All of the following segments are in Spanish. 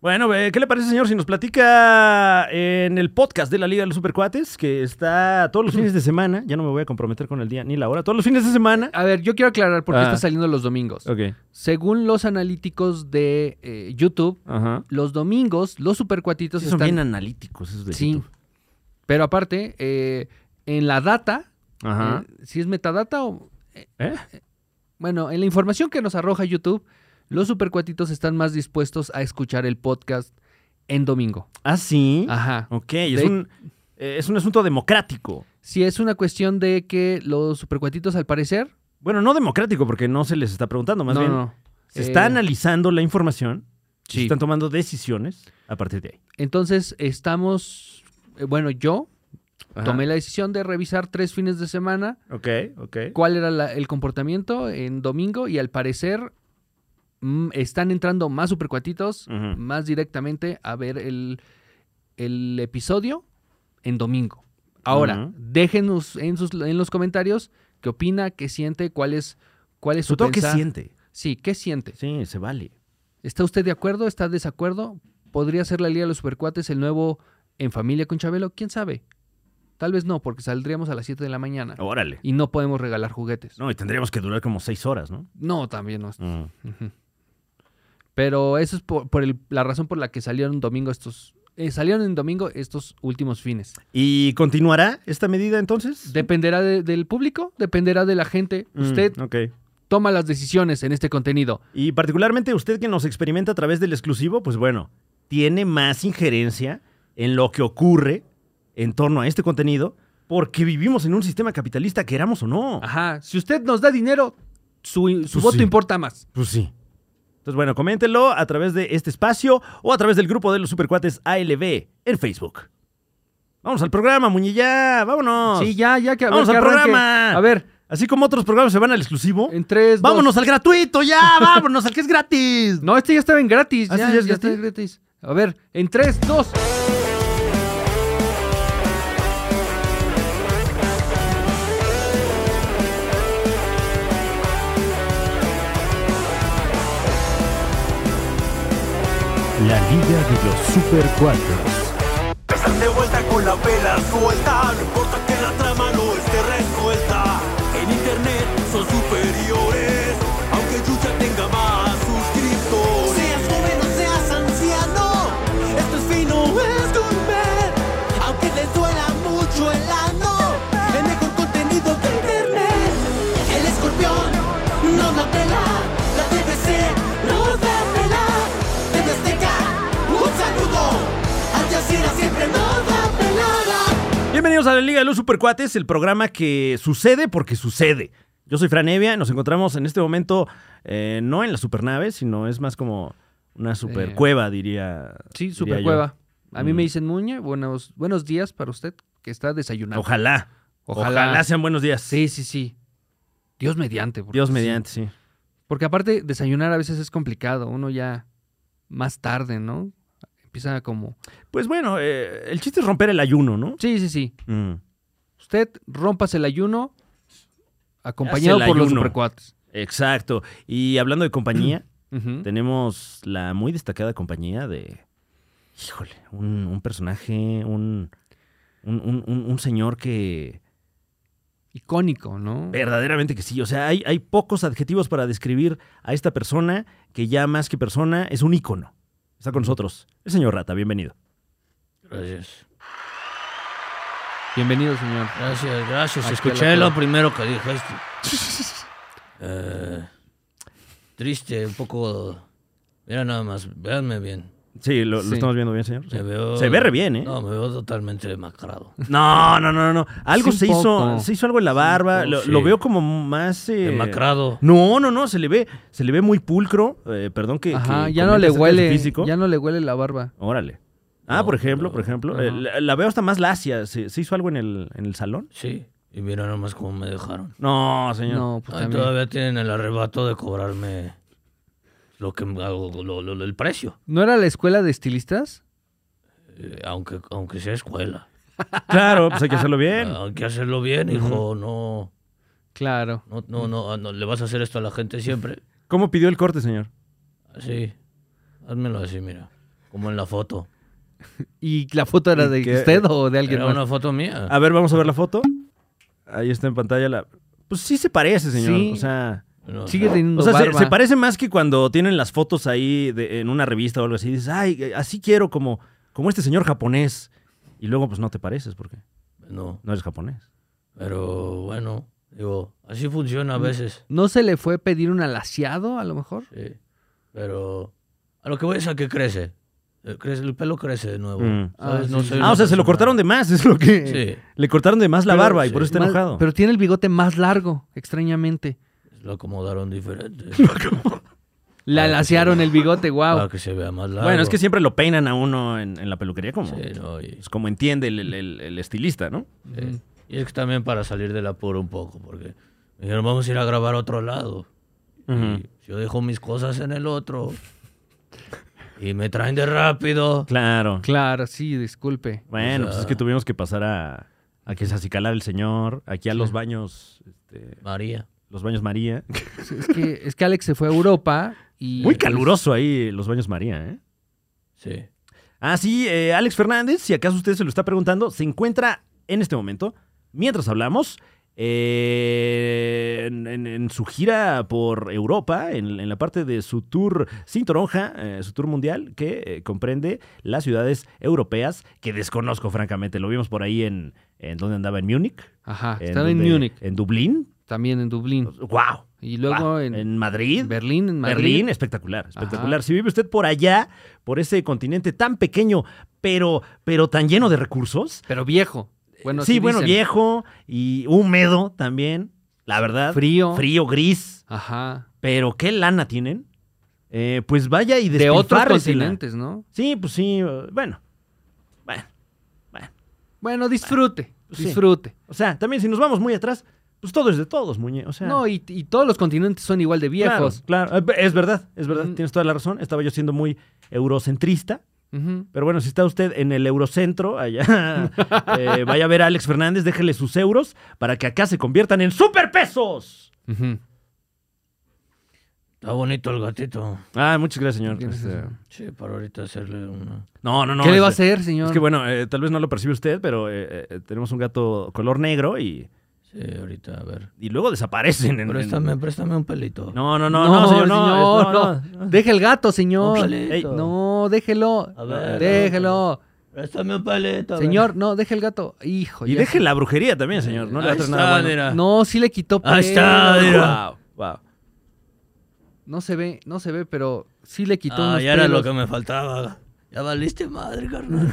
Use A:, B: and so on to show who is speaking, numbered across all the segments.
A: Bueno, eh, ¿qué le parece, señor, si nos platica eh, en el podcast de la Liga de los Supercuates, que está todos los fines de semana? Ya no me voy a comprometer con el día ni la hora. Todos los fines de semana.
B: A ver, yo quiero aclarar por qué
A: Ah.
B: está saliendo los domingos.
A: Ok.
B: Según los analíticos de eh, YouTube,
A: Ajá.
B: los domingos los supercuatitos
A: Sí, son
B: están...
A: bien analíticos esos de
B: sí.
A: YouTube.
B: Pero aparte, eh, en la data,
A: Ajá.
B: eh, si es metadata o...
A: ¿Eh?
B: Bueno, en la información que nos arroja YouTube, los supercuatitos están más dispuestos a escuchar el podcast en domingo.
A: Ah, sí.
B: Ajá.
A: Ok, es
B: De-
A: un, eh, es un asunto democrático.
B: Si es una cuestión de que los supercuatitos, al parecer,
A: Bueno, no democrático, porque no se les está preguntando, más
B: no,
A: bien
B: no.
A: se está
B: Eh,
A: analizando la información, y se
B: sí.
A: están tomando decisiones a partir de ahí.
B: Entonces estamos, eh, bueno, yo
A: Ajá.
B: tomé la decisión de revisar tres fines de semana
A: Ok, ok.
B: cuál era la- el comportamiento en domingo y al parecer mm, están entrando más supercuatitos
A: Ujú.
B: más directamente a ver el, el episodio en domingo. Ahora,
A: Ujú.
B: déjenos en, sus, en los comentarios qué opina, qué siente, cuál es, cuál es su
A: Sobre todo que
B: pensar.
A: siente.
B: Sí, ¿qué siente?
A: Sí, se vale.
B: ¿Está usted de acuerdo? ¿Está de desacuerdo? ¿Podría ser la Liga de los Supercuates el nuevo En Familia con Chabelo? ¿Quién sabe? Tal vez no, porque saldríamos a las 7 de la mañana
A: Órale.
B: y no podemos regalar juguetes.
A: No, y tendríamos que durar como seis horas, ¿no?
B: No, también no.
A: Mm.
B: Ujú. Pero eso es por, por el- la razón por la que salieron domingo estos. eh, salieron en domingo estos últimos fines.
A: ¿Y continuará esta medida entonces?
B: Dependerá de- del público, dependerá de la gente.
A: Mm,
B: Usted
A: ok.
B: toma las decisiones en este contenido.
A: Y particularmente usted que nos experimenta a través del exclusivo, pues bueno, tiene más injerencia en lo que ocurre en torno a este contenido, porque vivimos en un sistema capitalista, queramos o no.
B: Ajá. Si usted nos da dinero, su, su
A: Pues
B: voto
A: sí.
B: importa más.
A: Pues sí. Entonces, bueno, coméntelo a través de este espacio o a través del grupo de los supercuates ALB en Facebook. Vamos al programa, Muñilla. Vámonos.
B: Sí, ya, ya que a ver,
A: Vamos
B: que
A: al
B: arranque.
A: programa.
B: A ver,
A: Así como otros programas se van al exclusivo.
B: en tres. dos-
A: Vámonos al gratuito, ya, vámonos al que es gratis.
B: No, este ya estaba en gratis.
A: ¿Ah,
B: ya,
A: este ya es
B: ya está en gratis. A ver, en tres, dos.
A: La Liga de los Supercuates.
C: Están de vuelta con la vela suelta, no importa que la trama no esté resuelta. En internet son superiores, aunque Yuya tenga más suscriptores.
D: Seas joven o seas anciano, esto es fino, es gourmet. Aunque les duela mucho el ano, el mejor contenido de internet. El escorpión no la pela, la TVC no da pela. TV Azteca, un saludo, Al Jazeera siempre no da pelada.
A: Bienvenidos a la Liga de los Supercuates, el programa que sucede porque sucede. Yo soy Fran Evia, nos encontramos en este momento eh, no en la supernave, sino es más como una supercueva, diría.
B: Sí,
A: diría
B: supercueva. A mí
A: Mm.
B: me dicen Muñe, buenos, buenos días para usted que está
A: yo.
B: desayunando.
A: Ojalá, ojalá. sean buenos días.
B: Sí, sí, sí. Dios mediante. porque
A: Dios
B: sí.
A: mediante, sí.
B: Porque aparte, desayunar a veces es complicado. Uno ya más tarde, ¿no? Empieza como...
A: Pues bueno, eh, el chiste es romper el ayuno, ¿no?
B: Sí, sí, sí.
A: Mm,
B: Usted rompas el ayuno acompañado
A: el
B: por los
A: ayuno.
B: supercuates.
A: exacto. Y hablando de compañía,
B: Ujú.
A: tenemos la muy destacada compañía de. Híjole, un, un personaje, un, un- un- un- un señor que.
B: Icónico, ¿no?
A: Verdaderamente que sí. O sea, hay, hay pocos adjetivos para describir a esta persona que ya más que persona es un ícono. Está con nosotros. El señor Rata, bienvenido.
E: Gracias.
B: Bienvenido, señor.
E: Gracias, gracias.
B: Aquí
E: Escuché
B: a la
E: lo primero que dijo este. Eh, triste, un poco. Mira nada más, véanme bien.
A: Sí, lo, lo
B: Sí.
A: estamos viendo bien, señor.
E: Se, veo,
A: Se ve re bien, ¿eh?
E: No, me veo totalmente demacrado.
A: No, no, no, no. Algo
B: Sí, un
A: se hizo,
B: poco.
A: se hizo algo en la barba.
E: poco,
A: lo,
E: sí.
A: lo veo como más. eh,
E: Demacrado.
A: No, no, no. Se le ve, se le ve muy pulcro. Eh, perdón que.
B: Ajá,
A: que
B: ya no
A: comente acerca
B: le
A: de su
B: huele,
A: Físico.
B: ya no le huele la barba.
A: Órale. Ah,
E: No,
A: por ejemplo,
E: no.
A: por ejemplo. eh,
B: Ajá.
A: la, la veo hasta más lacia. ¿Se, se hizo algo en el, en el salón?
E: Sí. Y mira nada más cómo me dejaron.
A: No, señor.
B: No, pues
E: Ay,
B: también.
E: todavía tienen el arrebato de cobrarme lo que lo- lo- lo- el precio,
B: ¿No era la escuela de estilistas?
E: eh, aunque aunque sea escuela.
A: Claro, pues hay que hacerlo bien.
E: Ah, Hay que hacerlo bien, hijo. No,
B: Claro.
E: no, no, no, ah, no, le vas a hacer esto a la gente siempre.
A: ¿Cómo pidió el corte, señor?
E: Así. Házmelo así, mira. Como en la foto.
B: ¿Y la foto era de
A: ¿Qué?
B: usted o de alguien
E: Era
B: más?
E: una foto mía.
A: A ver, vamos a ver la foto. Ahí está en pantalla la. Pues sí se parece, señor.
B: Sí.
A: O sea,
E: No,
B: Sigue teniendo
A: o sea se,
B: barba.
A: se parece más que cuando tienen las fotos ahí de- en una revista o algo así. Dices, ay, así quiero como, como este señor japonés. Y luego, pues no te pareces porque
E: no.
A: no eres japonés.
E: Pero bueno, digo, así
A: Mm.
E: funciona a veces.
B: ¿No se le fue pedir un alaciado, a lo mejor?
E: sí. Pero a lo que voy es a que crece. Eh, crece el pelo crece de nuevo.
A: Mm.
B: Ah,
E: ¿sabes? No
B: sí,
E: soy
B: sí.
E: una
A: Ah, o sea, se lo
E: persona-
A: cortaron de más, es lo que.
E: Sí,
A: Le cortaron de más la
E: Pero,
A: barba y
E: sí.
A: por eso está
B: Más-
A: enojado.
B: Pero tiene el bigote más largo, extrañamente.
E: lo acomodaron diferente.
B: Le
A: Ah,
B: alaciaron el bigote,
E: para
B: wow.
E: que se vea más largo.
A: Bueno, es que siempre lo peinan a uno en, en la peluquería como,
E: Sí, no, y,
A: pues, como entiende el, el- el- el estilista, ¿no?
E: sí. Y es que también para salir del apuro un poco, porque me dijeron, vamos a ir a grabar a otro lado.
A: Ujú.
E: Y yo dejo mis cosas en el otro y me traen de rápido.
A: Claro.
B: Claro, sí, disculpe.
A: Bueno,
E: O sea-
A: pues es que tuvimos que pasar a, a que se acicalara el señor, aquí a los baños, este,
E: María.
A: los baños María.
B: Es que, es que Alex se fue a Europa y... pues,
A: Muy caluroso ahí los baños María, ¿eh?
E: Sí.
A: Ah, sí, eh, Alex Fernández, si acaso usted se lo está preguntando, se encuentra en este momento, mientras hablamos, eh, en, en- en su gira por Europa, en, en la parte de su tour sin toronja, eh, su tour mundial, que eh, comprende las ciudades europeas, que desconozco francamente, lo vimos por ahí en, en donde andaba, en Múnich.
B: Ajá, Ah, estaba en
A: donde-
B: Múnich,
A: En Dublín.
B: también en Dublín.
A: ¡Wow!
B: Y luego en,
A: ah, Madrid.
B: Berlín, en Madrid.
A: Berlín, espectacular, espectacular. Si vive usted por allá, por ese continente tan pequeño, pero, pero tan lleno de recursos.
B: Pero viejo. Bueno,
A: sí,
B: así
A: bueno,
B: dicen.
A: viejo y húmedo también, la verdad.
B: Frío.
A: Frío, gris.
B: Ajá.
A: Pero qué lana tienen. Eh, pues vaya y
B: De otros
A: despilfárresela.
B: continentes, ¿no?
A: Sí, pues sí, eh, bueno. Bueno, bueno.
B: Bueno, disfrute,
A: pues sí.
B: disfrute.
A: O sea, también si nos vamos muy atrás, pues todo es de todos, muñe. O sea,
B: No, y, y todos los continentes son igual de viejos.
A: Claro, claro. Eh, es verdad, es verdad.
B: Mm.
A: Tienes toda la razón. Estaba yo siendo muy eurocentrista.
B: Ujú.
A: Pero bueno, si está usted en el Eurocentro, allá, eh, vaya a ver a Alex Fernández, déjele sus euros para que acá se conviertan en superpesos.
B: Ujú.
E: Está bonito el gatito.
A: Ah, muchas gracias, señor.
B: Gracias,
A: Este,
B: señor.
E: Sí, para ahorita hacerle una...
A: No, no, no.
B: ¿Qué le va a
A: este,
B: hacer, señor?
A: Es que bueno, eh, tal vez no lo percibe usted, pero eh, eh, tenemos un gato color negro y,
E: Sí, ahorita, a ver.
A: y luego desaparecen. En, en-
E: Préstame, préstame un pelito.
A: No, no, no, no, señor, no. es- no, no.
B: Deja el gato, señor.
E: Ópsale.
A: Ey,
B: No, déjelo.
E: A ver,
B: déjelo.
E: Préstame un pelito. a ver.
B: Señor, no, deja el gato. Hijo,
A: Y
B: Pues ya
A: deje la brujería también, señor. No le va a
E: Ahí
A: traer
E: está,
A: nada bueno.
E: mira.
B: sé. No, sí le quitó
E: Ahí está,
B: pelo.
E: mira.
A: Wow, wow.
B: No se ve, no se ve, pero sí le quitó
E: Ah,
B: unos
E: ya era
B: pelos.
E: lo que me faltaba. Ya valiste madre, carnal.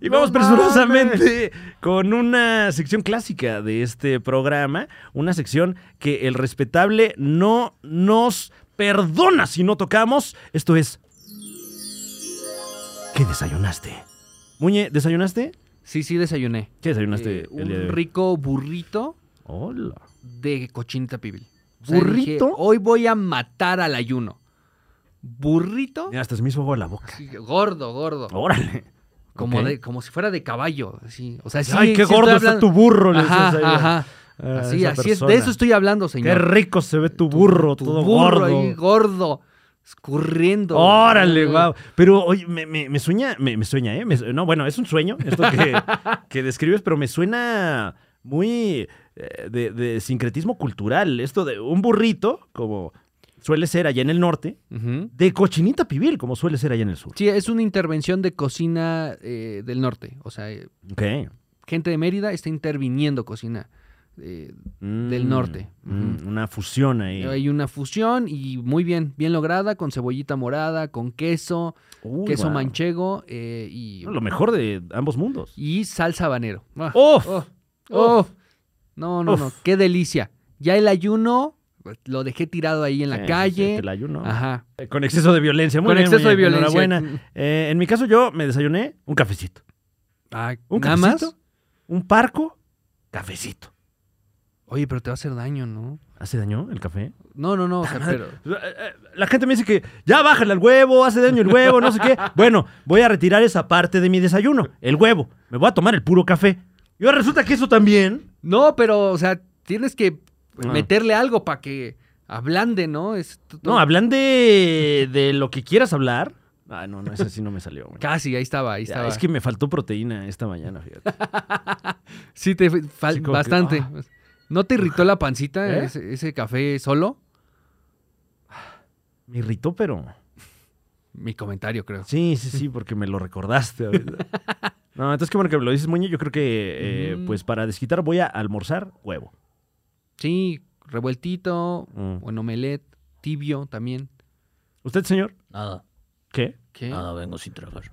A: Y vamos
B: ¡No
A: presurosamente con una sección clásica de este programa, una sección que el respetable no nos perdona si no tocamos. Esto es ¿Qué desayunaste? Muñe, ¿desayunaste?
B: Sí, sí desayuné.
A: ¿Qué desayunaste
B: Eh,
A: el día de
B: un
A: hoy?
B: rico burrito
A: Hola.
B: de cochinita pibil.
A: ¿Burrito?
B: dije, Hoy voy a matar al ayuno. Burrito.
A: Mira, hasta se me hizo agua la boca.
B: Sí, gordo, gordo.
A: Órale.
B: Como,
A: Oh, ok.
B: de, como si fuera de caballo. así. O sea, sí,
A: Ay,
B: sí
A: qué
B: estoy
A: gordo está
B: hablando-
A: tu burro, le
B: Ajá,
A: decías ahí a-
B: ajá.
A: a
B: Así,
A: esa
B: así es.
A: persona.
B: De eso estoy hablando,
A: Qué
B: señor.
A: rico se ve tu burro,
B: Tu
A: todo
B: burro
A: gordo.
B: ahí, gordo. Escurriendo.
A: Órale,
B: Mm.
A: guau. Pero oye, me, me- me sueña, me, me sueña, ¿eh? Me su- no, bueno, es un sueño, esto que, que describes, pero me suena muy eh, de, de sincretismo cultural. Esto de un burrito, como suele ser allá en el norte,
B: Ujú.
A: de cochinita pibil, como suele ser allá en el sur.
B: Sí, es una intervención de cocina eh, del norte. O sea, eh,
A: Ok.
B: gente de Mérida está interviniendo cocina. eh,
A: Mm,
B: Del norte.
A: mm,
B: Ujú.
A: una fusión ahí.
B: Hay una fusión y muy bien, bien lograda, con cebollita morada, con queso,
A: Uy,
B: queso
A: guau.
B: manchego eh, y,
A: Lo mejor de ambos mundos.
B: y salsa habanero. Ah,
A: ¡Uf!
B: oh, oh. No, no, no,
A: Uf.
B: qué delicia. Ya el ayuno lo dejé tirado ahí en la
A: Sí, sí, sí,
B: calle.
A: el ayuno.
B: Ajá.
A: Eh, Con exceso de violencia. Muy
B: Con
A: bien, muy
B: exceso de
A: bien.
B: violencia.
A: Enhorabuena. Eh, en mi caso, yo me desayuné un cafecito.
B: Ah,
A: ¿Un
B: ¿Nada más?
A: cafecito? un parco, cafecito.
B: Oye, pero te va a hacer daño, ¿no?
A: ¿Hace daño el café?
B: No, no, no, o sea, pero...
A: La gente me dice que ya bájale al huevo, hace daño el huevo, no sé qué. Bueno, voy a retirar esa parte de mi desayuno, el huevo. Me voy a tomar el puro café. Y ahora resulta que eso también.
B: No, pero, o sea, tienes que
A: Ah.
B: meterle algo para que Ablande, ¿no? Es t-
A: No, hablan de, de lo que quieras hablar. Ah, no, no, esa sí no me salió, güey.
B: Casi, ahí estaba, ahí
A: Ya,
B: estaba.
A: Es que me faltó proteína esta mañana, fíjate.
B: Sí, te fal-
A: Sí, como que, ah.
B: bastante. ¿No te irritó la pancita
A: ¿Eh?
B: ese, ese café solo?
A: Me irritó, pero.
B: Mi comentario, creo.
A: Sí, sí, sí, porque me lo recordaste. ahorita. No, entonces qué bueno que me lo dices, Muñe. Yo creo que, eh,
B: Ujú.
A: pues, para desquitar voy a almorzar huevo.
B: Sí, revueltito,
A: Mm.
B: o en omelette, tibio también.
A: ¿Usted, señor?
E: Nada,
A: ¿Qué?
B: ¿Qué?
E: nada, vengo sin tragar.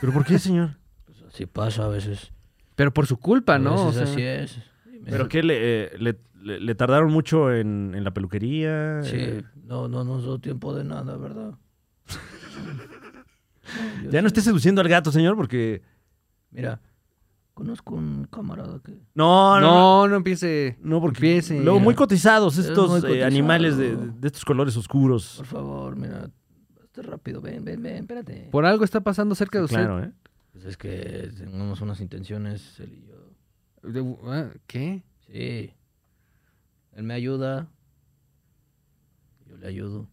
A: ¿Pero por qué, señor?
E: Pues así pasa a veces.
B: Pero por su culpa,
E: a
A: Pues
B: ¿no? O
E: veces
B: sea,
E: así es. Dime.
A: ¿Pero qué? ¿Le, eh, le, le- le tardaron mucho en, en la peluquería?
E: Sí,
A: Eh,
E: no, no nos dio tiempo de nada, ¿verdad? No, yo
A: ya no
E: sé.
A: esté seduciendo al gato, señor, porque...
E: Mira, conozco un camarada que...
A: No, no, no.
B: no, no empiece.
A: No, porque
B: Empiece.
A: luego muy cotizados
E: Es
A: estos
E: muy
A: eh,
E: cotizado.
A: animales de, de estos colores oscuros.
E: Por favor, mira, hazte rápido, ven, ven, ven, espérate.
B: Por algo está pasando cerca de usted.
A: Claro, ¿eh?
E: Pues es que tenemos unas intenciones, él y yo.
B: De- ah, ¿Qué?
E: Sí. Él me ayuda. Yo le ayudo.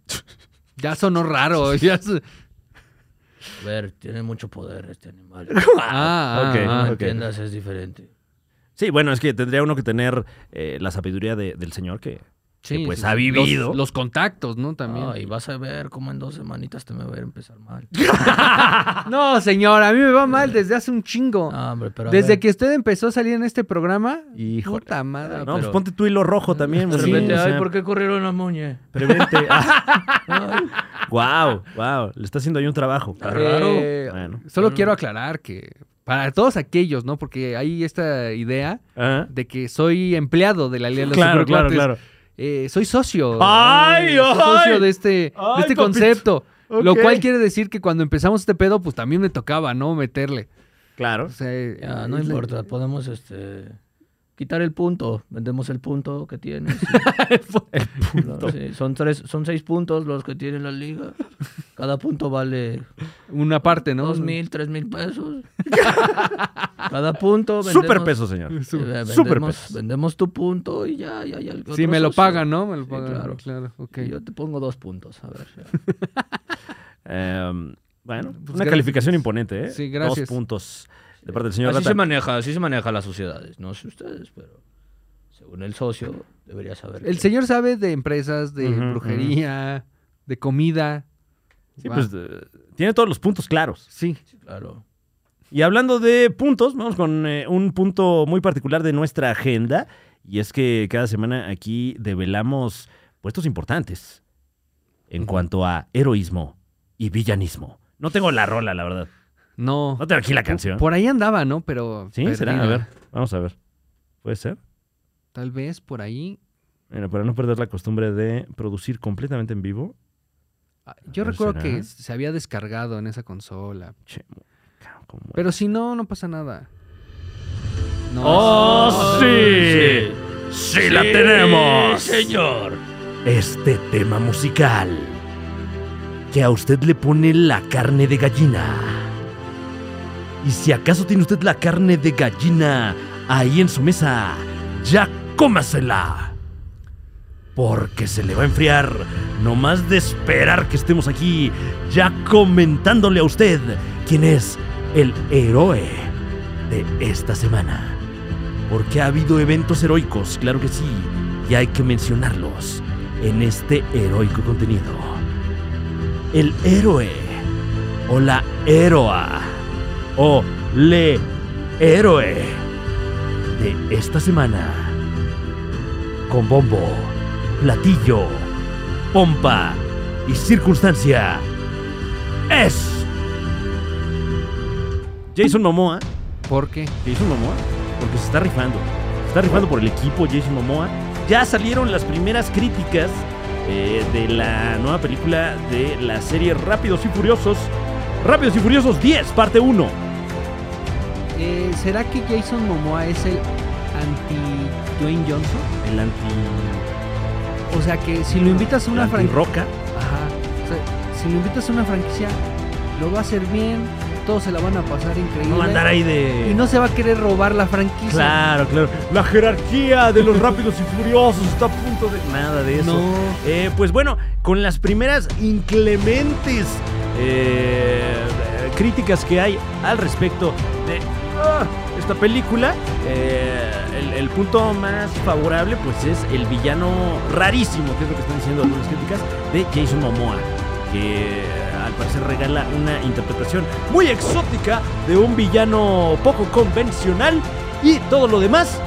B: Ya sonó raro. ya su-
E: A ver, tiene mucho poder este animal.
B: Ah, ah,
A: ok,
E: no
B: ah.
E: me
A: ok.
E: entiendas, es diferente.
A: Sí, bueno, es que tendría uno que tener eh, la sabiduría de- del señor que...
B: Sí,
A: que, pues,
B: sí,
A: ha
B: sí.
A: vivido.
B: Los, los contactos, ¿no? También.
E: Ah, y vas a ver cómo en dos semanitas te me va a empezar mal.
B: No, señora, a mí me va mal desde hace un chingo.
A: Ah,
E: No, Ah, hombre, pero a
B: desde
E: ver,
B: que usted empezó a salir en este programa.
A: Híjole.
B: Puta madre.
E: Ah,
A: No, pues
E: pero-
A: ponte tu hilo rojo también.
E: De
A: Muñe,
E: repente,
A: o sea,
E: ay, ¿por qué corrieron las muñe?
A: Prevente.
E: Ay,
A: wow, wow. Le está haciendo ahí un trabajo.
E: Está raro.
B: Eh,
A: Bueno.
B: Solo
E: Mm.
B: quiero aclarar que para todos aquellos, ¿no? Porque hay esta idea
A: Ah.
B: de que soy empleado de la Liga de los
A: Claro, claro,
B: Supercuates.
A: claro.
B: Eh, soy socio.
A: ¡Ay,
B: soy
A: ay!
B: socio de este, de
A: ¡Ay,
B: este
A: papito!
B: concepto. Lo
A: Ok.
B: cual quiere decir que cuando empezamos este pedo, pues también me tocaba, ¿no? Meterle.
A: Claro.
B: O sea, eh,
E: Ya, no
B: es la-
E: importa, podemos este quitar el punto, vendemos el punto que tienes. No, sí, son tres, son seis puntos los que tiene la liga. Cada punto vale
B: Una parte, ¿no?
E: dos mil, tres mil pesos. Cada punto vendemos,
A: Super peso, señor.
B: Pues
E: eh, vendemos,
A: superpesos.
E: vendemos tu punto y ya, ya, ya. el otro
B: Sí, me lo
E: socio.
B: pagan, ¿no? Me lo
E: Sí,
B: pagan. claro.
E: claro.
B: ok.
E: Y Yo te pongo dos puntos, a ver. ya.
A: Em, bueno, una
B: pues gracias.
A: calificación imponente, ¿eh?
B: Sí, gracias.
A: Dos puntos de parte del señor
E: así
A: Rata.
E: se maneja, así se maneja las sociedades. No sé ustedes, pero según el socio debería saber.
B: El
E: que-
B: señor sabe de empresas, de
A: Ujú,
B: brujería, de comida.
A: Sí,
B: Va.
A: pues, eh, tiene todos los puntos claros.
B: Sí.
E: Sí, claro.
A: Y hablando de puntos, vamos con eh, un punto muy particular de nuestra agenda. Y es que cada semana aquí develamos puestos importantes en cuanto a heroísmo y villanismo. No tengo la rola, la verdad.
B: No.
A: No tengo aquí la canción.
B: Por ahí andaba, ¿no? Pero.
A: Sí, será.
B: perdida.
A: A ver, vamos a ver. ¿Puede ser?
B: Tal vez por ahí.
A: Mira, para no perder la costumbre de producir completamente en vivo.
B: Ah, Yo
A: ver,
B: recuerdo
A: ¿será?
B: que se había descargado en esa consola.
A: Che, mu- cabrón, cómo es.
B: Pero si no, no pasa nada. No.
A: ¡Oh, sí!
E: sí!
A: ¡Sí, la tenemos!
E: señor!
A: Este tema musical que a usted le pone la carne de gallina. Y si acaso tiene usted la carne de gallina ahí en su mesa, ya cómasela. Porque se le va a enfriar, nomás de esperar que estemos aquí, ya comentándole a usted quién es el héroe de esta semana. Porque ha habido eventos heroicos, claro que sí, y hay que mencionarlos en este heroico contenido. El héroe, o la héroa, o le héroe de esta semana. Con bombo, platillo, pompa y circunstancia, es. Jason Momoa.
B: ¿Por qué?
A: Jason Momoa, porque se está rifando. Se está rifando por el equipo Jason Momoa. Ya salieron las primeras críticas eh, de la nueva película de la serie Rápidos y Furiosos. Rápidos y Furiosos 10, parte 1.
B: Eh, ¿Será que Jason Momoa es el anti Dwayne Johnson?
A: El anti...
B: O sea que si lo invitas a una
A: el anti
B: franquicia.
A: roca.
B: Ajá. O sea, si lo invitas a una franquicia, lo va a hacer bien, todos se la van a pasar increíble.
A: No andar ahí de.
B: Y no se va a querer robar la franquicia.
A: Claro, claro. La jerarquía de los rápidos y furiosos está a punto de. Nada de eso.
B: No.
A: Eh, pues bueno, con las primeras inclementes eh, críticas que hay al respecto de ah, esta película, eh, el, el punto más favorable pues es el villano rarísimo, que es lo que están diciendo algunas críticas, de Jason Momoa, que eh, al parecer regala una interpretación muy exótica de un villano poco convencional y todo lo demás.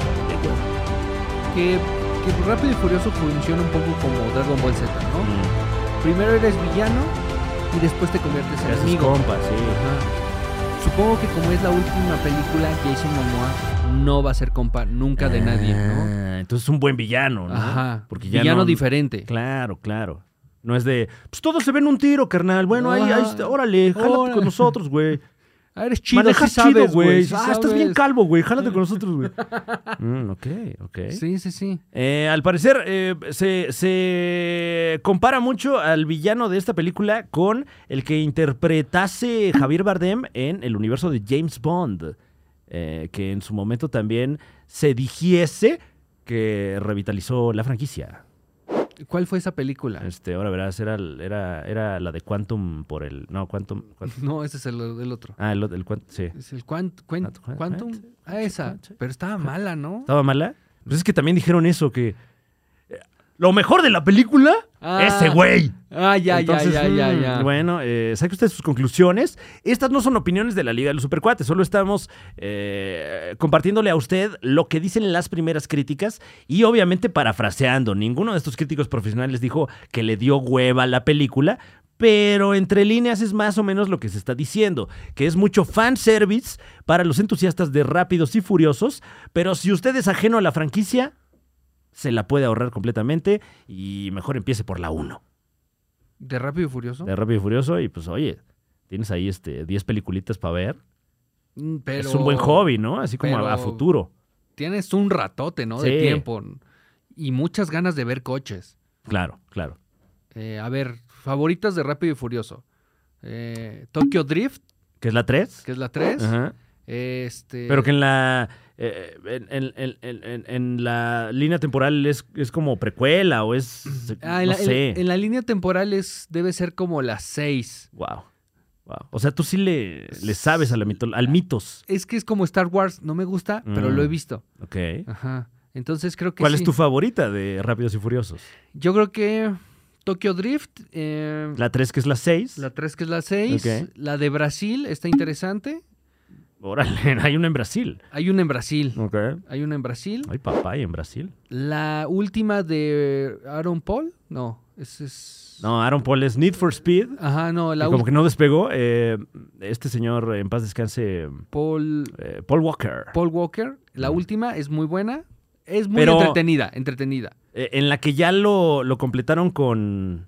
B: Que, que Rápido y Furioso funciona un poco como Dragon Ball Z, ¿no?
A: Mm,
B: Primero eres villano y después te conviertes en
A: gracias,
B: amigo.
A: compa, sí.
B: Ajá. Supongo que como es la última película, Jason Momoa no va a ser compa nunca de nadie, ¿no?
A: Ah, Entonces es un buen villano, ¿no?
B: Ajá.
A: Porque ya
B: villano
A: no-
B: diferente.
A: Claro, claro. No es de, pues todos se ven un tiro, carnal. Bueno, ahí,
B: Ajá.
A: ahí está, órale, jálate
B: Ah. Órale.
A: con nosotros, güey.
B: Ah, eres chido,
A: Manejas
B: sí
A: chido,
B: sabes,
A: güey.
B: sí
A: ah, estás bien
B: sabes.
A: calvo, güey. Jálate con nosotros, güey. Mm, ok, ok.
B: Sí, sí, sí.
A: Eh, al parecer, eh, se, se compara mucho al villano de esta película con el que interpretase Javier Bardem en el universo de James Bond, eh, que en su momento también se dijese que revitalizó la franquicia.
B: ¿Cuál fue esa película?
A: Este, ahora verás, era, el- era, era la de Quantum por el... No, Quantum... Quantum-
B: No, ese es el, el otro.
A: ah, el, el Quantum, sí.
B: Es el Quant, Quen-
A: Ah, Quen-
B: Quantum.
A: Quen-
B: Ah, esa.
A: Quen-
B: Pero estaba mala, ¿no?
A: ¿Estaba mala? Pues es que también dijeron eso, que... eh, Lo mejor de la película,
B: Ah.
A: ese güey.
B: Ah, ya,
A: Entonces,
B: ya, ya, ya,
A: mm,
B: ya.
A: Bueno, eh, saque usted sus conclusiones. Estas no son opiniones de la Liga de los Supercuates, solo estamos eh, compartiéndole a usted lo que dicen las primeras críticas y obviamente parafraseando. Ninguno de estos críticos profesionales dijo que le dio hueva a la película. Pero entre líneas es más o menos lo que se está diciendo, que es mucho fanservice para los entusiastas de Rápidos y Furiosos, pero si usted es ajeno a la franquicia, se la puede ahorrar completamente y mejor empiece por la 1
B: De Rápido y Furioso.
A: de Rápido y Furioso y pues oye, tienes ahí este 10 peliculitas para ver.
B: Mm, Pero
A: es un buen hobby, ¿no? Así como a- a,
B: pero-
A: futuro.
B: Tienes un ratote, ¿no?
A: Sí.
B: De tiempo. Y muchas ganas de ver coches.
A: Claro, claro.
B: Eh, a ver, favoritas de Rápido y Furioso. Eh, Tokyo Drift,
A: Que es la 3.
B: que es la 3.
A: Ajá.
B: Este,
A: Pero que en la eh, en, en- en- en- en- en la línea temporal es, es como precuela o es
B: Ah, en,
A: no
B: la, en-
A: sé.
B: en la línea temporal es, debe ser como las 6.
A: Wow. Wow. O sea, tú sí le, le sabes a la mito- al mitos.
B: Es que es como Star Wars, no me gusta, pero
A: Mm.
B: lo he visto.
A: Ok.
B: Ajá. Entonces creo Ah, que
A: ¿Cuál es
B: sí.
A: tu favorita de Rápidos y Furiosos?
B: Yo creo que Tokyo Drift, eh,
A: La 3 que es la 6.
B: la 3 que es la 6,
A: Ok.
B: la de Brasil está interesante.
A: Órale, hay una en Brasil.
B: Hay una en Brasil.
A: Ok.
B: Hay una en Brasil.
A: Ay, papá, ¿y en Brasil?
B: La última de Aaron Paul, no, ese es...
A: No, Aaron Paul es Need for Speed.
B: Ajá, no,
A: Y
B: la
A: como
B: última...
A: que no despegó, eh, este señor, en paz descanse,
B: Paul,
A: eh, Paul Walker,
B: Paul Walker, la última es muy buena. Es muy
A: Pero-
B: entretenida, entretenida.
A: eh, en la que ya lo, lo completaron con,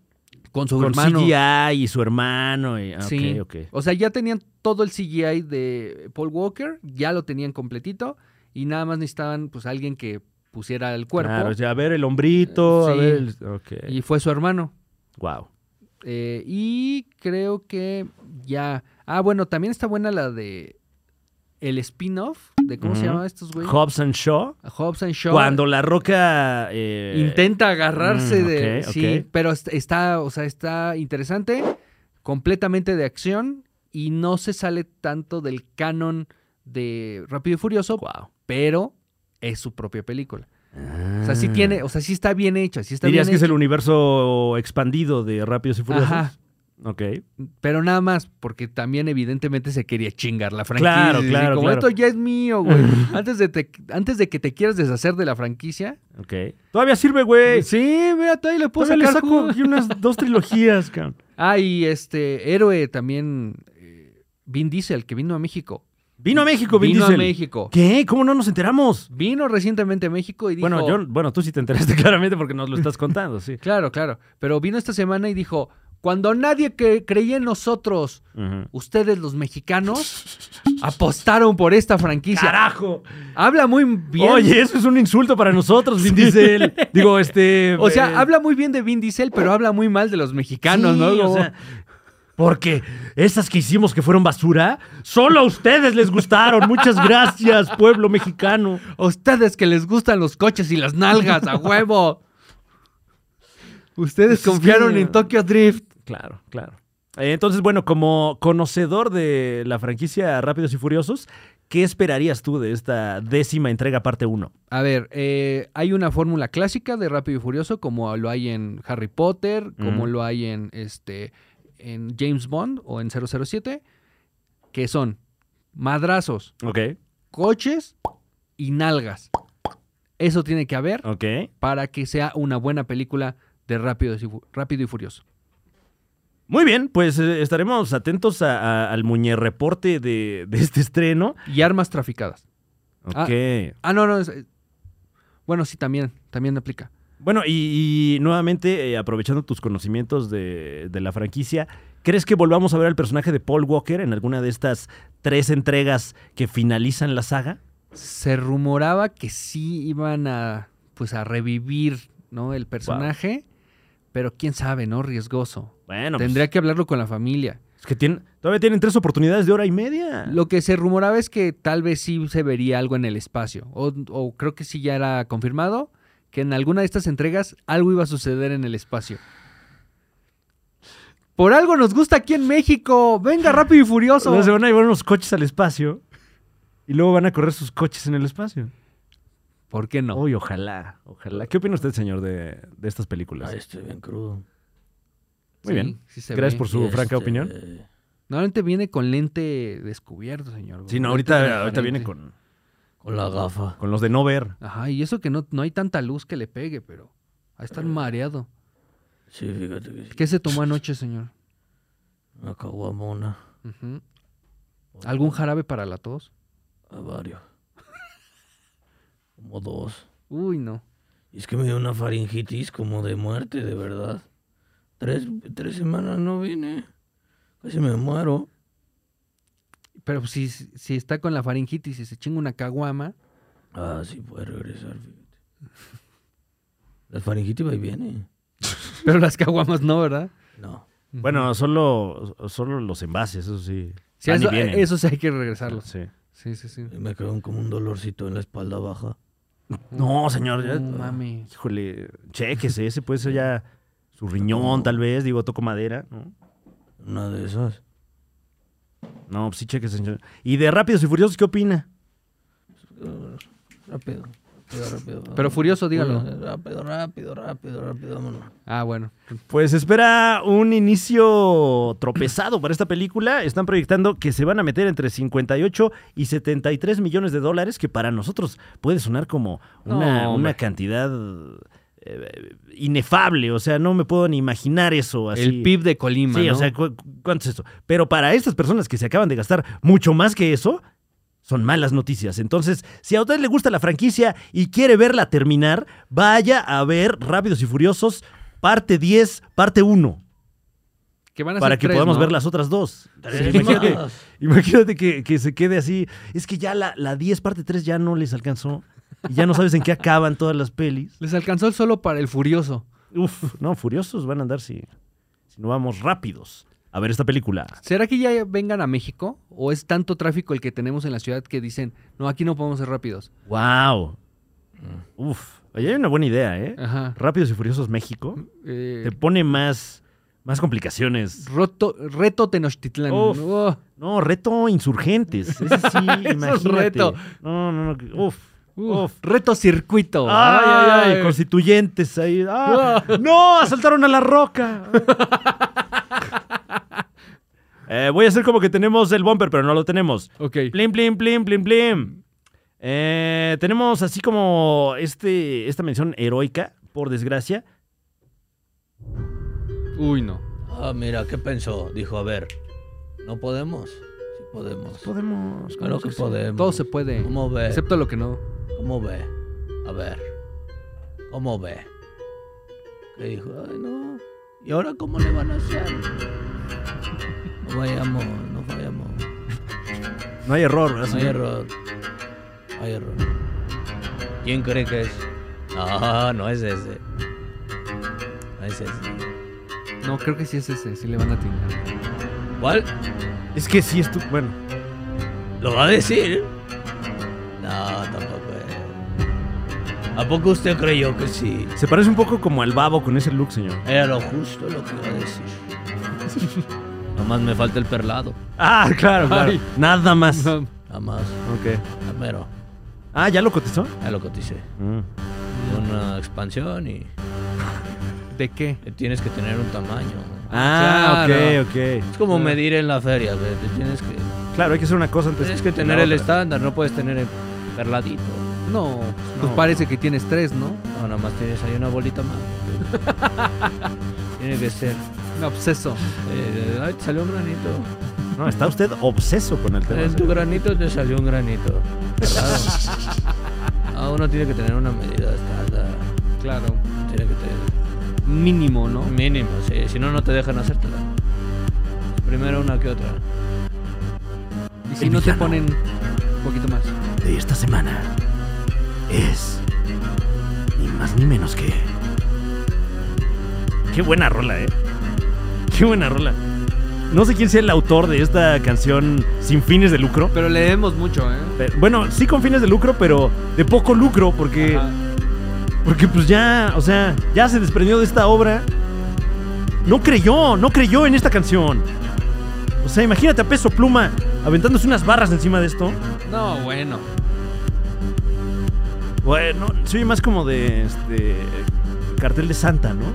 B: Con su
A: con
B: hermano.
A: CGI y su hermano. Y, ah, ok,
B: Sí.
A: ok.
B: O sea, ya tenían todo el CGI de Paul Walker, ya lo tenían completito y nada más necesitaban pues alguien que pusiera el cuerpo
A: Claro, o sea, a ver el hombrito, a
B: Sí.
A: ver el- ok.
B: y fue su hermano.
A: Wow.
B: Eh, y creo que ya. Ah, bueno, también está buena la de el spin-off de cómo se
A: Ujú.
B: llamaban estos güey.
A: Hobbs and Shaw.
B: Hobbs and Shaw.
A: Cuando la roca... eh,
B: intenta agarrarse
A: Mm,
B: de
A: ok,
B: sí,
A: ok.
B: pero est- está, o sea, está interesante, completamente de acción y no se sale tanto del canon de Rápido y Furioso, pero es su propia película. O sea, sí tiene, o sea, sí está bien hecha, sí está
A: Ah. Dirías que
B: bien
A: es el
B: hecha,
A: universo expandido de Rápidos y Furiosos.
B: Ajá.
A: Ok.
B: pero nada más porque también evidentemente se quería chingar la franquicia.
A: Claro,
B: así
A: claro,
B: como,
A: claro.
B: Esto ya es mío, güey. antes de te- antes de que te quieras deshacer de la franquicia.
A: Ok. Todavía sirve, güey.
B: Sí, mira, ahí le puedo
A: Todavía le
B: sacar
A: saco
B: jugo.
A: aquí unas dos trilogías, cabrón.
B: Ah, y este héroe también, eh, Vin Diesel, que vino a México.
A: Vino a México, Vin
B: vino
A: Diesel.
B: a México.
A: ¿Qué? ¿Cómo no nos enteramos?
B: Vino recientemente a México y dijo...
A: Bueno, yo, bueno, tú sí te enteraste claramente porque nos lo estás contando, sí.
B: Claro, claro. Pero vino esta semana y dijo, cuando nadie que creía en nosotros,
A: Ujú.
B: ustedes los mexicanos, apostaron por esta franquicia.
A: ¡Carajo!
B: Habla muy bien.
A: Oye, eso es un insulto para nosotros, Vin Diesel. Digo, este...
B: O
A: eh,
B: sea, habla muy bien de Vin Diesel, pero habla muy mal de los mexicanos,
A: sí,
B: ¿no?
A: o
B: Como-
A: sea, Porque esas que hicimos que fueron basura, solo a ustedes les gustaron. Muchas gracias, pueblo mexicano.
B: A ustedes que les gustan los coches y las nalgas, a huevo. Ustedes
A: Pues es
B: confiaron
A: que-
B: en Tokyo Drift.
A: Claro, claro. Eh, Entonces, bueno, como conocedor de la franquicia Rápidos y Furiosos, ¿qué esperarías tú de esta décima entrega parte 1?
B: A ver, eh, hay una fórmula clásica de Rápido y Furioso, como lo hay en Harry Potter, como
A: Ujú.
B: lo hay en, este, en James Bond o en 007, que son madrazos,
A: Ok,
B: coches y nalgas. Eso tiene que haber
A: ok.
B: para que sea una buena película de Rápido y, Fu- Rápido y Furioso.
A: Muy bien, pues eh, estaremos atentos a- a- al muñerreporte de, de este estreno.
B: Y armas traficadas.
A: Ok.
B: Ah. Ah, no, no. es- eh, bueno, sí, también, también aplica.
A: Bueno, y, y nuevamente, eh, aprovechando tus conocimientos de, de la franquicia, ¿crees que volvamos a ver al personaje de Paul Walker en alguna de estas tres entregas que finalizan la saga?
B: Se rumoraba que sí iban a, pues, a revivir, ¿no? El personaje, pero quién sabe, ¿no? Riesgoso.
A: Bueno, pues,
B: Tendría que hablarlo con la familia.
A: es que tienen, todavía tienen tres oportunidades de hora y media.
B: Lo que se rumoraba es que tal vez sí se vería algo en el espacio, o, o creo que sí ya era confirmado que en alguna de estas entregas algo iba a suceder en el espacio. Por algo nos gusta aquí en México. Venga, rápido y furioso.
A: O sea, se van a llevar unos coches al espacio y luego van a correr sus coches en el espacio.
B: ¿Por qué no?
A: Uy, ojalá, ojalá. ¿Qué opina usted, señor, de, de estas películas?
E: Ay, estoy bien crudo.
A: Muy
B: Sí,
A: bien.
B: sí se
A: Gracias
B: ve.
A: por su
E: Y
A: franca
E: este,
A: opinión.
B: Normalmente viene con lente descubierto, señor.
A: Sí, no,
B: Lente
A: ahorita, ahorita
B: transparente.
A: viene con,
E: Con la gafa.
A: con los de no ver.
B: Ajá, y eso que no, no hay tanta luz que le pegue, pero ahí está mareado.
E: Sí, fíjate que sí.
B: ¿Qué se tomó anoche, señor?
E: Una caguamona.
B: Ujú. ¿Algún jarabe para la tos?
E: A varios. Como dos.
B: Uy, no.
E: Y es que me dio una faringitis como de muerte, de verdad. Tres, tres semanas no vine. Casi me muero.
B: Pero si, si está con la faringitis y se chinga una caguama,
E: Ah, sí, puede regresar, fíjate. La faringitis va y viene.
B: pero las caguamas no, ¿verdad?
E: No.
A: Bueno, solo, solo los envases, eso sí.
B: Sí,
A: Van y
B: eso,
A: Ah, vienen. Ah.
B: eso sí hay que regresarlos.
A: Sí.
B: Sí, sí, sí.
E: Y me quedó como un dolorcito en la espalda baja.
A: No, señor. ya- ah.
B: No mames.
A: Híjole, chequese, ese puede ser ya su riñón, tal vez. Digo, toco madera, ¿no?
E: Una de esas.
A: No, pues sí, chequese, señor. Y de Rápidos y Furiosos, ¿qué opina?
E: Rápido. Rápido, rápido.
B: Pero furioso, dígalo.
E: ah. Rápido, rápido, rápido, rápido, vámonos.
B: Ah, bueno.
A: Pues espera un inicio tropezado para esta película. Están proyectando que se van a meter entre 58 y 73 millones de dólares, que para nosotros puede sonar como una,
B: No,
A: una
B: hombre.
A: cantidad eh, inefable. O sea, no me puedo ni imaginar eso así.
B: El PIB de Colima,
A: Sí, o
B: ¿no?
A: sea, cu- cu- ¿cuánto es eso? Pero para estas personas que se acaban de gastar mucho más que eso, son malas noticias. Entonces, si a usted le gusta la franquicia y quiere verla terminar, vaya a ver Rápidos y Furiosos, parte 10, parte 1,
B: que van a ser
A: para que
B: tres,
A: podamos
B: ¿no?
A: ver las otras dos.
E: Tres
A: Sí, imagínate
E: más.
A: imagínate que, que se quede así. Es que ya la, la 10, parte 3 ya no les alcanzó. Y ya no sabes en qué acaban todas las pelis.
B: Les alcanzó el solo para el furioso.
A: Uf, no, furiosos van a andar si, si no vamos rápidos a ver esta película.
B: ¿Será que ya vengan a México? ¿O es tanto tráfico el que tenemos en la ciudad que dicen, no, aquí no podemos ser rápidos?
A: Wow. Uf. Oye, hay una buena idea, ¿eh?
B: Ajá.
A: Rápidos y Furiosos México
B: Eh,
A: te pone más, más complicaciones.
B: roto- reto Tenochtitlán.
A: Uf.
B: Oh,
A: No, reto insurgentes. Ese sí, imagínate.
B: reto.
A: No, no, no. Uf.
B: uh,
A: Uf.
B: reto circuito.
A: Ay, ay, ay, constituyentes ahí. Ah, ¡No! ¡Asaltaron a la roca! Eh, voy a hacer como que tenemos el bumper, pero no lo tenemos.
B: Ok.
A: Plim, plim, plim, plim, plim. Eh, tenemos así como este, esta mención heroica, por desgracia.
B: Uy, no.
E: Ah, mira, ¿qué pensó? Dijo, a ver, no podemos. Sí podemos.
A: Podemos.
E: Claro que podemos.
B: Todo se puede.
E: ¿Cómo ve?
B: Excepto lo que no.
E: ¿Cómo ve? A ver. ¿Cómo ve? Que dijo, ay no. ¿Y ahora cómo le van a hacer? No vayamos, no vayamos.
A: No hay error, ¿verdad,
E: No hay
A: señor?
E: error. No hay error. ¿Quién cree que es? No, no es ese. No es ese.
B: No, creo que sí es ese. Sí le van a atinar.
E: ¿Cuál?
A: Es que sí, es tu... Bueno,
E: ¿Lo va a decir? No, tampoco es. ¿A poco usted creyó que sí?
A: se parece un poco como al babo con ese look, señor.
E: Era lo justo lo que iba a decir. Nomás me falta el perlado.
A: Ah, claro, claro.
B: Ay.
A: Nada más.
B: No.
E: Nada más.
A: Ok.
E: Pero
A: Ah, ¿ya lo cotizó?
E: ya lo coticé.
A: Mm.
E: Una expansión y
B: ¿De qué?
E: tienes que tener un tamaño.
A: Ah,
B: Claro.
A: ok, ok.
E: Es como medir en la feria, güey. Te Tienes que,
A: Claro, hay que hacer una cosa antes
E: tienes Pues que
A: la
E: tener el
A: otra.
E: estándar, no puedes tener el perladito.
B: No, pues
A: No.
B: parece que tienes tres, ¿no?
E: No, nada más tienes ahí una bolita más. Tiene que ser.
B: No, pues eso.
E: Eh, ay, te salió un granito.
A: No, está usted obseso con el tema.
E: En tu
A: señor.
E: granito te salió un granito. Claro. Ah, uno tiene que tener una medida estándar.
B: Claro.
E: Tiene que tener
B: Mínimo, ¿no?
E: mínimo, sí. Si no, no te dejan hacértela. Primero una que otra.
B: Y si no te ponen un poquito más.
A: de esta semana es ni más ni menos que. Qué buena rola, eh. Qué buena rola. No sé quién sea el autor de esta canción sin fines de lucro.
B: Pero le debemos mucho, ¿eh?
A: Pero- bueno, sí con fines de lucro, pero de poco lucro, porque.
B: Ajá.
A: Porque pues ya, o sea, ya se desprendió de esta obra. No creyó, no creyó en esta canción. O sea, imagínate a Peso Pluma aventándose unas barras encima de esto.
B: No, bueno.
A: Bueno, se oye más como de este cartel de Santa, ¿no?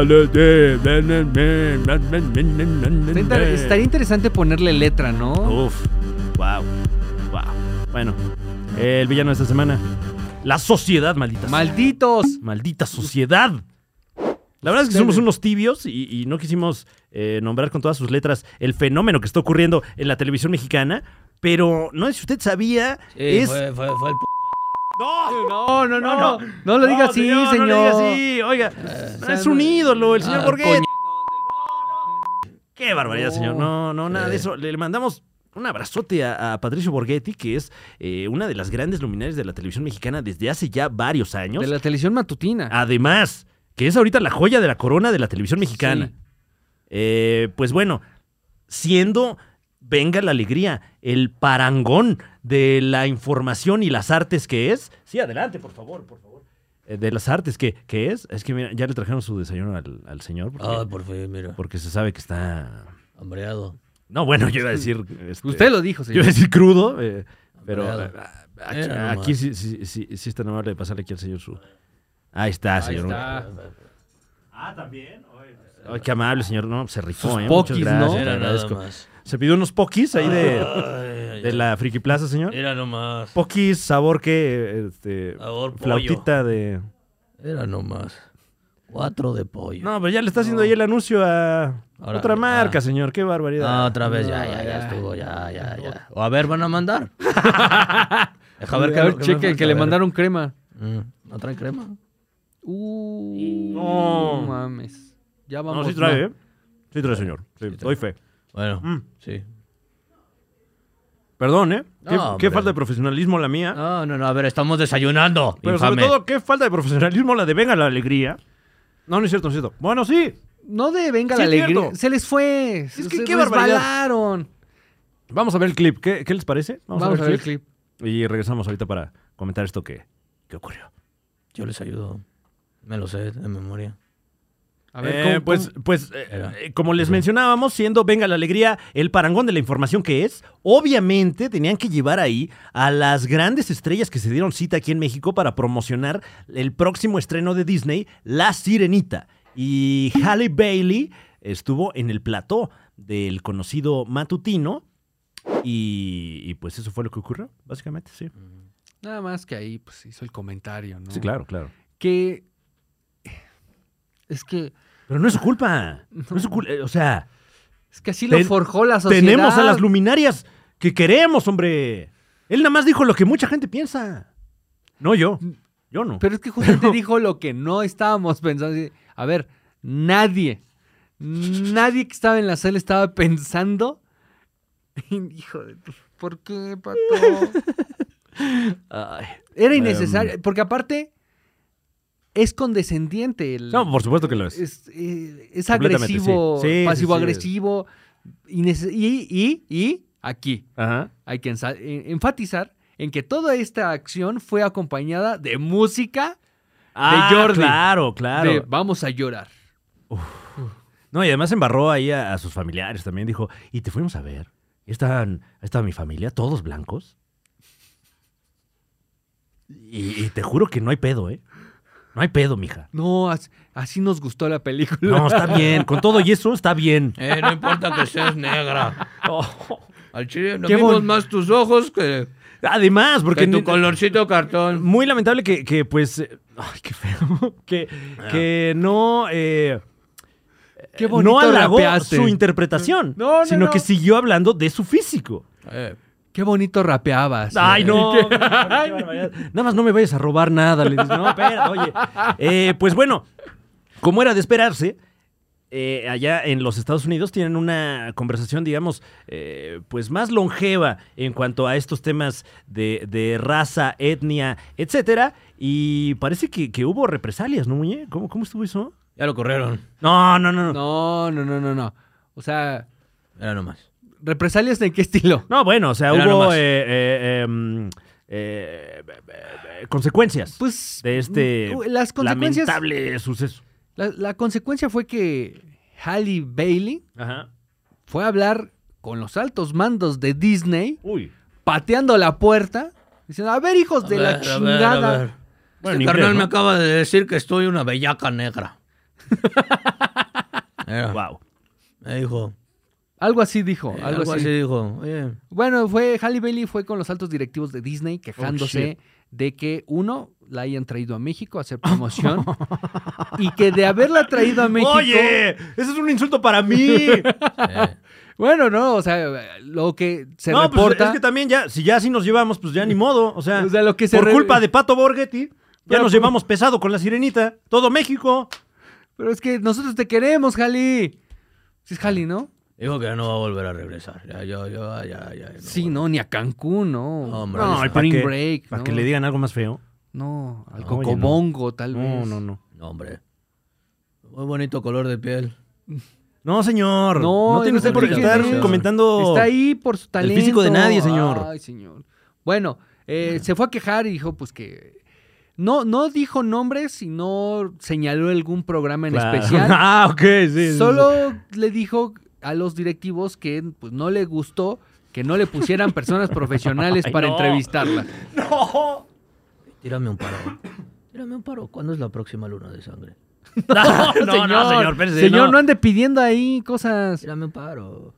A: Está
B: Está inter- Estaría interesante ponerle letra, ¿no?
A: Uf, wow, wow. Bueno, el villano de esta semana. La sociedad, maldita. sea.
B: ¡Malditos!
A: Maldita sociedad. La verdad es que somos unos tibios y, y no quisimos eh, nombrar con todas sus letras el fenómeno que está ocurriendo en la televisión mexicana, pero no sé si usted sabía,
E: Sí,
A: es...
E: fue, fue, fue el p-
A: ¡No!
B: No, no, no. No,
A: No,
B: lo diga así, señor. Ah,
A: No le diga así, oiga. no, es un ídolo, el señor
E: Ah,
A: Borghetti.
E: coño.
A: Qué barbaridad, señor. No, no,
B: Eh.
A: nada de eso. Le mandamos un abrazote a, a Patricio Borghetti, que es eh, una de las grandes luminarias de la televisión mexicana desde hace ya varios años.
B: De la televisión matutina.
A: Ah, Además, que es ahorita la joya de la corona de la televisión mexicana.
B: Sí.
A: Eh, pues bueno, siendo, venga la alegría, el parangón de la información y las artes que es. Sí, adelante, por favor, por favor. Eh, de las artes que, que es. Es que mira, ya le trajeron su desayuno al, al señor. Porque,
B: Ah.
E: Ay, Ah, por fin, mira.
A: porque se sabe que está...
E: Hambreado.
A: No, bueno, yo iba a decir... este,
B: Usted lo dijo,
A: Yo iba
B: señor.
A: a decir crudo, eh, pero
E: Hambreado.
A: ah, aquí,
E: Era nomás.
A: aquí sí, sí, sí, sí está amable de pasarle aquí al señor su... Ahí está, señor.
B: está.
A: Ah, también. Ay, qué amable, señor. No, se rifó,
B: Sus
A: ¿eh? Muchas
B: pokis,
A: gracias,
B: ¿no?
A: te
E: Era nada
A: agradezco.
E: más.
A: Se pidió unos pokis ahí de,
E: Ay,
A: de la Friki Plaza, señor.
E: Era nomás.
A: Pokis, sabor que. Este,
E: Sabor pollo.
A: flautita de.
E: Era nomás. Cuatro de pollo.
A: No, pero ya le está haciendo ahí el anuncio a
E: Ahora,
A: otra
E: ah.
A: marca, señor. Qué barbaridad.
E: Ah, otra vez, ya, ya, ya estuvo, ya, ya, ya. O a ver, van a mandar. Deja
B: A ver,
E: qué-
B: a ver,
E: qué me
B: cheque,
E: falta,
B: que
E: a
B: le
E: ver.
B: mandaron crema.
E: Mm, ¿No traen crema?
B: Uh,
A: No.
B: mames. Ya
A: no,
B: vamos.
A: sí trae, ¿eh? Sí trae, señor. Sí, doy fe.
E: Bueno,
A: Mm.
E: sí.
A: Perdón, ¿eh? Qué,
E: No,
A: qué
E: hombre.
A: falta de profesionalismo la mía.
E: No, no, no, a ver, estamos desayunando.
A: pero
E: infame.
A: sobre todo, qué falta de profesionalismo la de Venga la Alegría. No, no es cierto, no es cierto. Bueno, sí.
B: No de venga
A: Sí,
B: la
A: es
B: alegría.
A: cierto.
B: Se les fue.
A: Es
B: se
A: que
B: se
A: qué barbaridad.
B: resbalaron.
A: Vamos a ver el clip. ¿Qué, qué les parece?
B: Vamos, a ver el clip.
A: Y regresamos ahorita para comentar esto que, que ocurrió.
E: Yo les ayudo. Me lo sé de memoria.
B: A ver,
A: Eh,
B: ¿cómo-
A: pues,
B: cómo?
A: pues eh,
E: Era.
A: eh, como les mencionábamos, siendo Venga la Alegría el parangón de la información que es, obviamente tenían que llevar ahí a las grandes estrellas que se dieron cita aquí en México para promocionar el próximo estreno de Disney, La Sirenita. Y Halle Bailey estuvo en el plató del conocido matutino y, y pues eso fue lo que ocurrió, básicamente, sí.
B: Nada más que ahí pues, hizo el comentario, ¿no?
A: Sí, claro, claro.
B: Que. Es que.
A: Pero no es su culpa. No es su cul- eh, O sea,
B: Es que así lo
A: Ten-
B: forjó la sociedad.
A: tenemos a las luminarias que queremos, hombre. Él nada más dijo lo que mucha gente piensa. No yo. Yo no.
B: Pero es que justamente dijo lo que no estábamos pensando. Así, A ver, nadie, nadie que estaba en la sala estaba pensando. Hijo de tu- ¿Por qué, pato?
A: Ay. Em,
B: Era innecesario. Porque aparte, es condescendiente. El,
A: No, por supuesto que lo es.
B: es, eh, es
A: Completamente,
B: agresivo,
A: sí. Sí, sí, sí,
B: pasivo-agresivo. Y, nece- y, y- y aquí
A: Ajá.
B: hay que ensa- en- enfatizar en que toda esta acción fue acompañada de música
A: Ah,
B: Jordi.
A: Claro, claro.
B: de Vamos a llorar.
A: No, y además embarró ahí a, a sus familiares también. Dijo, y te fuimos a ver. Están, está mi familia, todos blancos. Y, y te juro que no hay pedo, ¿eh? No hay pedo, mija.
B: No, as- así nos gustó la película.
A: No, está bien. Con todo y eso, está bien.
E: Eh, no importa que seas negra. Al chile nos
B: Qué
E: vimos
B: bon-
E: más tus ojos que,
A: Además, porque...
E: que tu
A: ni-
E: colorcito cartón.
A: Muy lamentable que, que, pues... eh, Ay, qué feo. que, que no... eh,
B: Ah. Qué bonito
A: no halagó
B: rapeaste.
A: su interpretación,
B: No, no,
A: sino
B: no.
A: que siguió hablando de su físico.
E: Eh,
B: Qué bonito rapeabas.
A: Ay,
B: Eh,
A: no. qué barbaridad. Nada más no me vayas a robar nada. Le dices, no, espera, oye. Eh, pues bueno, como era de esperarse, eh, allá en los Estados Unidos tienen una conversación, digamos, eh, pues más longeva en cuanto a estos temas de, de raza, etnia, etcétera. Y parece que, que hubo represalias, ¿no, Muñe? ¿Cómo, ¿Cómo estuvo eso?
E: ya lo corrieron.
A: No, no, no, no.
B: No, no, no, no, no. O sea,
E: Era nomás.
B: ¿represalias de qué estilo?
A: No, bueno, o sea,
E: Era
A: hubo
E: nomás.
A: eh, eh, em, eh, eh, eh, consecuencias.
B: Pues
A: de este
B: mm, las consecuencias
A: lamentable suceso.
B: la, la consecuencia fue que Halle Bailey
A: Ajá.
B: fue a hablar con los altos mandos de Disney,
A: Uy.
B: pateando la puerta, diciendo, "A ver, hijos
E: A
B: de
E: ver,
B: la
E: a
B: chingada."
E: ver, a ver.
A: Bueno, en
E: este
A: inglés,
E: carnal me
A: ¿no?
E: acaba de decir que estoy una bellaca negra.
B: Ah.
E: Era.
A: Wow.
E: Me dijo.
B: Algo así dijo,
E: eh,
B: algo, así.
E: dijo. Oye,
B: Bueno, fue Halle Bailey fue con los altos directivos de Disney quejándose
E: Oh,
B: de que uno la hayan traído a México a hacer promoción y que de haberla traído a México
A: Oye, ese es un insulto para mí.
E: eh,
B: Bueno, no, o sea, lo que se
A: no, pues
B: reporta
A: es que también ya, si ya así nos llevamos, pues ya ni modo. O sea,
B: O sea, lo que se
A: por
B: re-
A: culpa de Pato Borghetti, ya
B: Pero
A: nos
B: por-
A: llevamos pesado con la sirenita. Todo México.
B: Pero es que nosotros te queremos, Jali. Sí es Jali, ¿no?
E: dijo que no va a volver a regresar. Ya, yo, yo, ya, ya. no
B: sí,
E: vuelvo.
B: no, ni a Cancún, no.
E: No, hombre,
B: no,
E: no,
A: y para
B: Spring
A: que-
B: Break,
A: Para
B: no.
A: que le digan algo más feo.
B: No, al
A: No,
B: Cocobongo, tal vez.
A: No, no, no.
E: No, hombre. Muy bonito color de piel.
A: No, señor.
B: No,
A: No, tiene
B: no
A: usted por qué
E: diga
A: estar
E: eso.
A: comentando.
B: Está ahí por su talento.
A: físico de nadie, señor.
B: Ay, señor. Bueno, eh, se fue a quejar y dijo, pues que. No, no dijo nombres y no señaló algún programa en
A: Claro.
B: especial.
A: Ah, ok, sí, sí. sí.
B: Solo le dijo a los directivos que pues, no le gustó que no le pusieran personas profesionales
A: Ay,
B: para
A: no.
B: entrevistarla.
A: No.
E: Tírame un paro. Tírame un paro. ¿Cuándo es la próxima luna de sangre?
A: No, no, no, señor, espérese,
B: Señor, no.
A: no.
B: ande pidiendo ahí cosas.
E: Tírame un paro.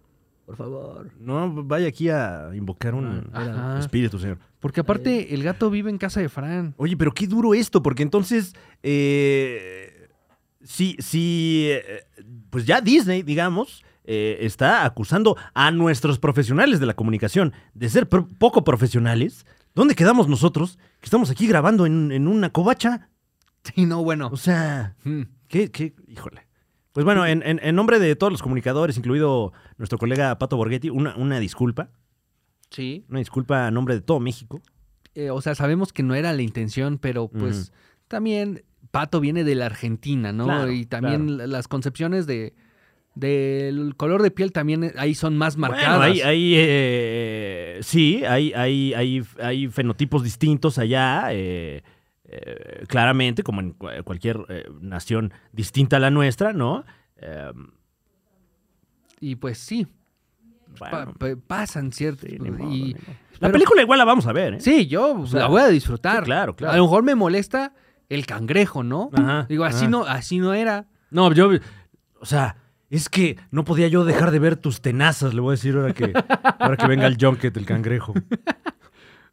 E: Por favor.
A: No, vaya aquí a invocar un
B: Ajá.
A: espíritu, señor.
B: Porque
A: eh.
B: aparte, el gato vive en casa de Fran.
A: Oye, pero qué duro esto, porque entonces, eh, si, si, eh, pues ya Disney, digamos, eh, está acusando a nuestros profesionales de la comunicación de ser pro- poco profesionales, ¿dónde quedamos nosotros que estamos aquí grabando en, en una covacha?
B: Sí, no, bueno.
A: O sea,
B: Mm.
A: ¿qué, qué? Híjole. Pues bueno, en, en- en nombre de todos los comunicadores, incluido nuestro colega Pato Borghetti, una, una disculpa,
B: Sí.
A: una disculpa a nombre de todo México.
B: Eh, o sea, sabemos que no era la intención, pero pues también Pato viene de la Argentina, ¿no?
A: Claro,
B: y también la- las concepciones de del color de piel también eh, ahí son más marcadas.
A: Bueno, hay, hay, eh, sí, hay, hay, hay, hay fenotipos distintos allá, eh, eh, claramente, como en cua- cualquier eh, nación distinta a la nuestra, ¿no? Eh,
B: Y pues sí, pa-
A: bueno,
B: pa- pasan, ¿cierto?
A: sí, ni modo,
B: y,
A: ni modo. La
B: pero-
A: película igual la vamos a ver, ¿eh?
B: Sí, yo pues,
A: sea,
B: la voy a disfrutar.
A: sí, claro, claro.
B: A lo mejor me molesta el cangrejo, ¿no?
A: Ajá,
B: Digo, así
A: ajá.
B: no, así no era.
A: No, yo, o sea, es que no podía yo dejar de ver tus tenazas, le voy a decir ahora que, ahora que venga el junket, el cangrejo.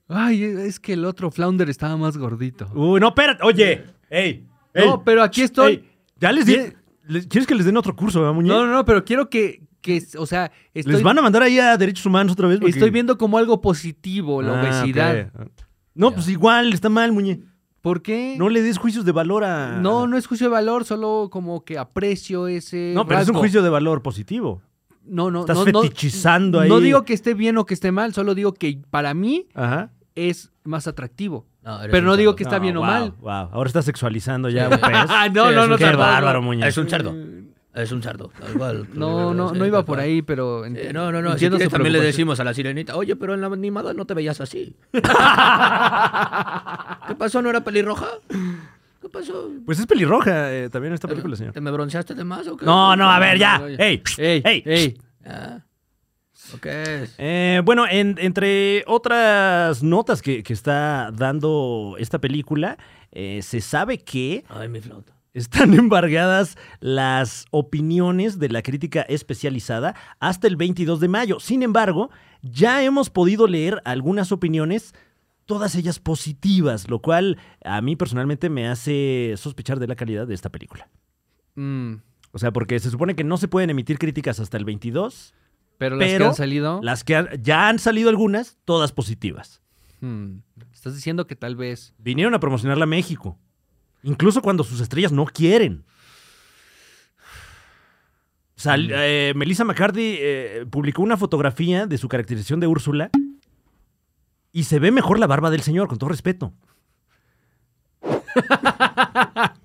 B: Ay, es que el otro flounder estaba más gordito.
A: Uy, no, espérate, oye, ey, Uh, ey,
B: no, pero aquí estoy.
A: ey, ¿eh? ya les di,
B: Bien.
A: les- ¿quieres que les den otro curso, eh, ¿verdad, Muñe?
B: no, no, no, pero quiero que, que o sea, estoy,
A: Les van a mandar ahí a Derechos Humanos otra vez. porque-
B: estoy viendo como algo positivo la
A: Ah,
B: obesidad.
A: ok. No, pues igual, está mal, Muñe.
B: ¿Por qué?
A: No le des juicios de valor a...
B: no, no es juicio de valor, solo como que aprecio ese.
A: No, pero es un
B: rasgo.
A: juicio de valor positivo.
B: No, no,
A: Estás
B: no, no,
A: fetichizando ahí.
B: No digo que esté bien o que esté mal, solo digo que para mí
A: Ajá.
B: es más atractivo.
E: No, eres
B: pero no
E: un
B: digo
E: cerdo.
B: que está bien o
A: wow,
B: mal.
A: Wow. Ahora está sexualizando ya
E: Sí.
A: un pez.
B: Ah, no,
E: Sí,
B: no,
E: es
B: no,
E: un
A: Qué
E: cerdo.
B: tampoco.
A: bárbaro, Muñe.
E: Es un cerdo.
B: Eh,
E: Es un sardo, tal cual.
B: No, no, no iba por ahí, pero enti-
E: Eh, no, no, no. Si
B: entiendo
E: quieres,
B: su
E: también le
B: preocupación.
E: decimos a la sirenita, oye, pero en la animada no te veías así. ¿Qué pasó? ¿No era pelirroja? ¿Qué pasó?
A: Pues es pelirroja eh, también esta película, señor.
E: ¿Te me bronceaste de más o qué?
A: No, no, a ver, ya.
B: Oye.
A: ¡Ey!
B: Ey,
A: ¡Ey!
B: ey.
E: Ah, ¿o qué es?
A: Eh, bueno, en- entre otras notas que, que está dando esta película, eh, se sabe que
E: Ay, mi flauta.
A: están embargadas las opiniones de la crítica especializada hasta el 22 de mayo. Sin embargo, ya hemos podido leer algunas opiniones, todas ellas positivas, lo cual a mí personalmente me hace sospechar de la calidad de esta película.
B: Mm,
A: O sea, porque se supone que no se pueden emitir críticas hasta el 22.
B: pero las que
A: Pero
B: han salido.
A: Las que han- ya han salido algunas, todas positivas.
B: mm, estás diciendo que tal vez.
A: Vinieron a promocionarla a México. Incluso cuando sus estrellas no quieren. Sal-
B: Mm.
A: eh, Melissa McCarthy eh, publicó una fotografía de su caracterización de Úrsula y se ve mejor la barba del señor, con todo respeto.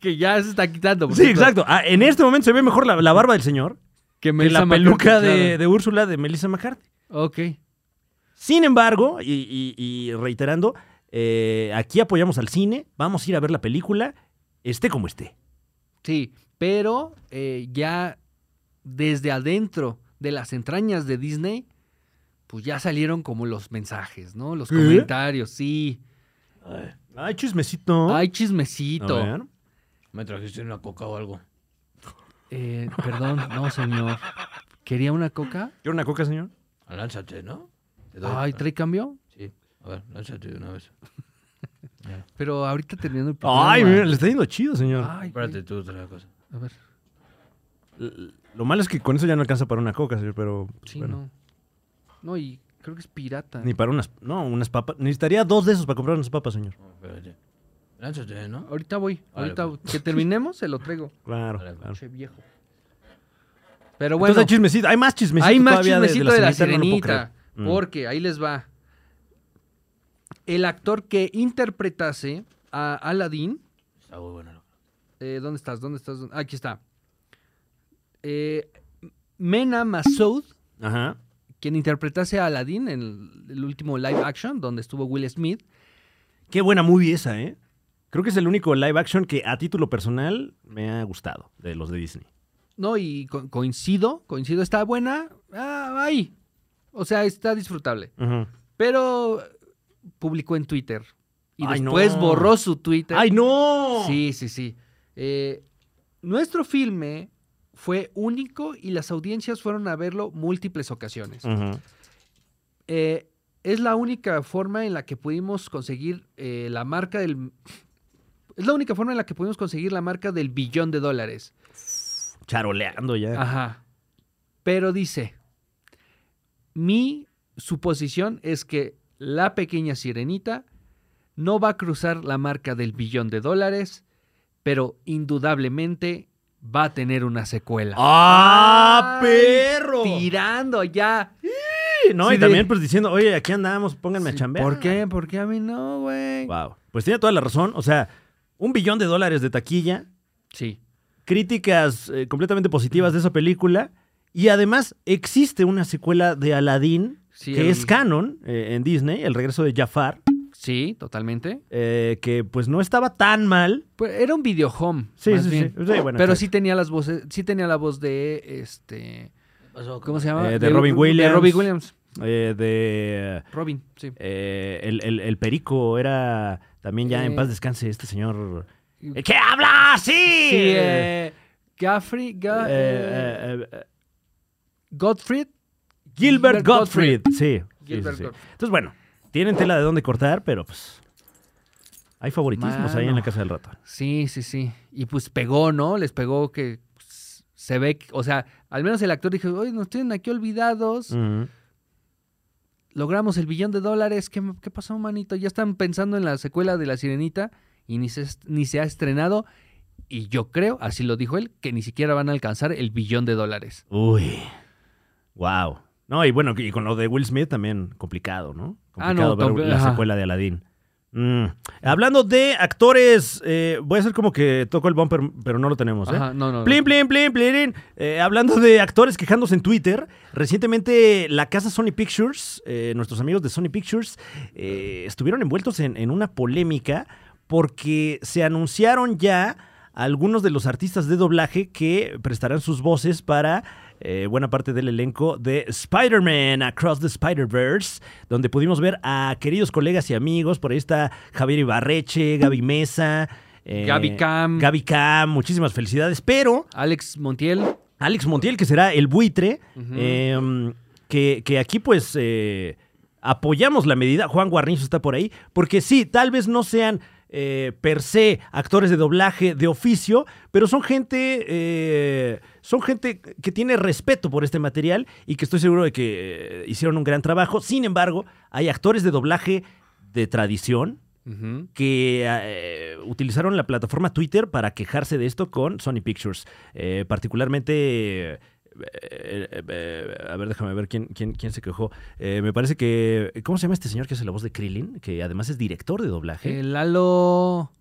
B: Que ya se está quitando. por
A: Sí,
B: cierto.
A: exacto. Ah, en este momento se ve mejor la, la barba del señor
B: Que
A: que
B: Melissa
A: la
B: McCarthy,
A: peluca de,
B: claro.
A: de Úrsula de Melissa McCarthy.
B: Ok.
A: Sin embargo, y, y- y reiterando, eh, aquí apoyamos al cine, vamos a ir a ver la película, esté como esté.
B: Sí, pero eh, ya desde adentro de las entrañas de Disney, pues ya salieron como los mensajes, ¿no? Los
A: ¿Eh?
B: comentarios, sí.
A: Ay, chismecito.
B: Ay,
A: A
B: chismecito.
A: ver.
E: Me trajiste una coca o algo.
B: Eh, perdón, no, señor. ¿Quería una coca?
A: ¿Quiere una coca, señor?
E: Lánzate, ¿no? Te doy-
B: Ay, ¿trae cambio?
E: Sí. A ver, lánzate de una vez.
B: Pero ahorita terminando el programa.
A: Ay, mira, le está yendo chido, señor.
B: Ay,
E: Espérate tú otra cosa.
B: A ver,
A: L- Ah, Lo malo es que con eso ya no alcanza para una coca, señor, pero... pues,
B: sí,
A: bueno.
B: no. No, y creo que es pirata.
A: Ni para unas... No, unas papas. Necesitaría dos de esos para comprar unas papas, señor.
E: No, espérate. Lánzate, ¿no?
B: Ahorita voy,
E: Vale,
B: ahorita
A: pues.
B: que terminemos se lo traigo.
A: Claro,
E: Vale,
A: claro.
B: Che viejo. Pero bueno.
A: Entonces hay chismecito. Hay más chismecito
B: Hay más
A: todavía de-
B: chismecito de, la sirenita.
A: no lo puedo creer. Mm.
B: porque ahí les va. El actor que interpretase a Aladdin.
E: Está muy bueno. loco.
B: eh, ¿Dónde estás? ¿Dónde estás? ¿Dónde- Aquí está. Eh, Mena Masoud,
A: Ajá.
B: quien interpretase a Aladdin en el, el último live action donde estuvo Will Smith.
A: Qué buena movie esa, ¿eh? Creo que es el único live action que a título personal me ha gustado de los de Disney.
B: No, y co- coincido, coincido, está buena. Ah, ahí. O sea, está disfrutable.
A: Ajá.
B: Pero publicó en Twitter. Y
A: Ay, no.
B: después borró su Twitter.
A: ¡Ay, no!
B: Sí, sí, sí. Eh, nuestro filme fue único y las audiencias fueron a verlo múltiples ocasiones.
A: Ujú.
B: Eh, es la única forma en la que pudimos conseguir eh, la marca del... Es la única forma en la que pudimos conseguir la marca del billón de dólares.
A: Charoleando ya.
B: Ajá. Pero dice, mi suposición es que la pequeña sirenita no va a cruzar la marca del billón de dólares, pero indudablemente va a tener una secuela.
A: ¡Ah,
B: Ay,
A: perro!
B: Tirando ya.
A: Sí, no,
B: Sí,
A: y
B: de-
A: también pues diciendo, oye, aquí andamos, pónganme a
B: Sí,
A: chambear.
B: ¿Por qué? ¿Por qué a mí no, güey?
A: Wow. Pues tiene toda la razón. O sea, un billón de dólares de taquilla,
B: Sí.
A: críticas eh, completamente positivas de esa película. Y además existe una secuela de Aladdin
B: Sí,
A: que
B: el-
A: es canon eh, en Disney, El regreso de Jafar,
B: Sí, totalmente.
A: eh, que pues no estaba tan mal.
B: Pues, Era un videohome.
A: Sí,
B: más
A: sí, sí.
B: bien.
A: Sí, bueno,
B: Pero
A: claro.
B: sí tenía las voces, sí tenía la voz de este.
E: ¿Qué pasó?
B: ¿Cómo se llama?
A: Eh, de Robin Williams.
B: De Robin Williams.
A: Eh, de
B: Robin, sí.
A: eh, el, el- el perico era también ya en
B: Eh.
A: paz descanse este señor. eh, ¡Que habla así!
B: Sí, eh, Gaffrey, Ga- eh,
A: Eh, eh, eh,
B: Gottfried.
A: Gilbert Gottfried. Sí. sí,
B: Gilbert
A: sí, sí.
B: Gottfried.
A: Entonces, bueno, tienen tela de dónde cortar, pero pues. Hay favoritismos ahí en la
B: Mano.
A: casa del ratón.
B: Sí, sí, sí. Y pues pegó, ¿no? Les pegó que s- se ve, que- o sea, al menos el actor dijo, oye, nos tienen aquí olvidados,
A: Ujú.
B: logramos el billón de dólares, ¿Qué, qué pasó, manito? Ya están pensando en la secuela de La Sirenita y ni se, est- ni se ha estrenado. Y yo creo, así lo dijo él, que ni siquiera van a alcanzar el billón de dólares.
A: Uy. Wow. No, y bueno, y con lo de Will Smith también complicado, ¿no? Complicado
B: Ah, no,
A: ver
B: comple-
A: la
B: ajá.
A: secuela de Aladdin. Mm. Hablando de actores, eh, voy a hacer como que toco el bumper, pero no lo tenemos. ¿eh?
B: Ajá, no, no, no.
A: Plin, plin, plin, plin. Eh, hablando de actores quejándose en Twitter, recientemente la casa Sony Pictures, eh, nuestros amigos de Sony Pictures, eh, estuvieron envueltos en, en una polémica porque se anunciaron ya algunos de los artistas de doblaje que prestarán sus voces para eh, buena parte del elenco de Spider-Man Across the Spider-Verse, donde pudimos ver a queridos colegas y amigos. Por ahí está Javier Ibarreche, Gaby Mesa. eh,
B: Gaby Cam.
A: Gaby Cam, muchísimas felicidades. Pero
B: Alex Montiel.
A: Alex Montiel, que será el buitre, eh, que, que aquí pues eh, apoyamos la medida. Juan Guarnizo está por ahí, porque sí, tal vez no sean eh, per se actores de doblaje de oficio, pero son gente, eh, son gente que tiene respeto por este material y que estoy seguro de que eh, hicieron un gran trabajo. Sin embargo, hay actores de doblaje de tradición,
B: Ujú.
A: que eh, utilizaron la plataforma Twitter para quejarse de esto con Sony Pictures. Eh, particularmente, eh, eh, eh, a ver, déjame ver quién, quién, quién se quejó. Eh, me parece que, ¿cómo se llama este señor que hace la voz de Krillin? Que además es director de doblaje.
B: Eh, Lalo.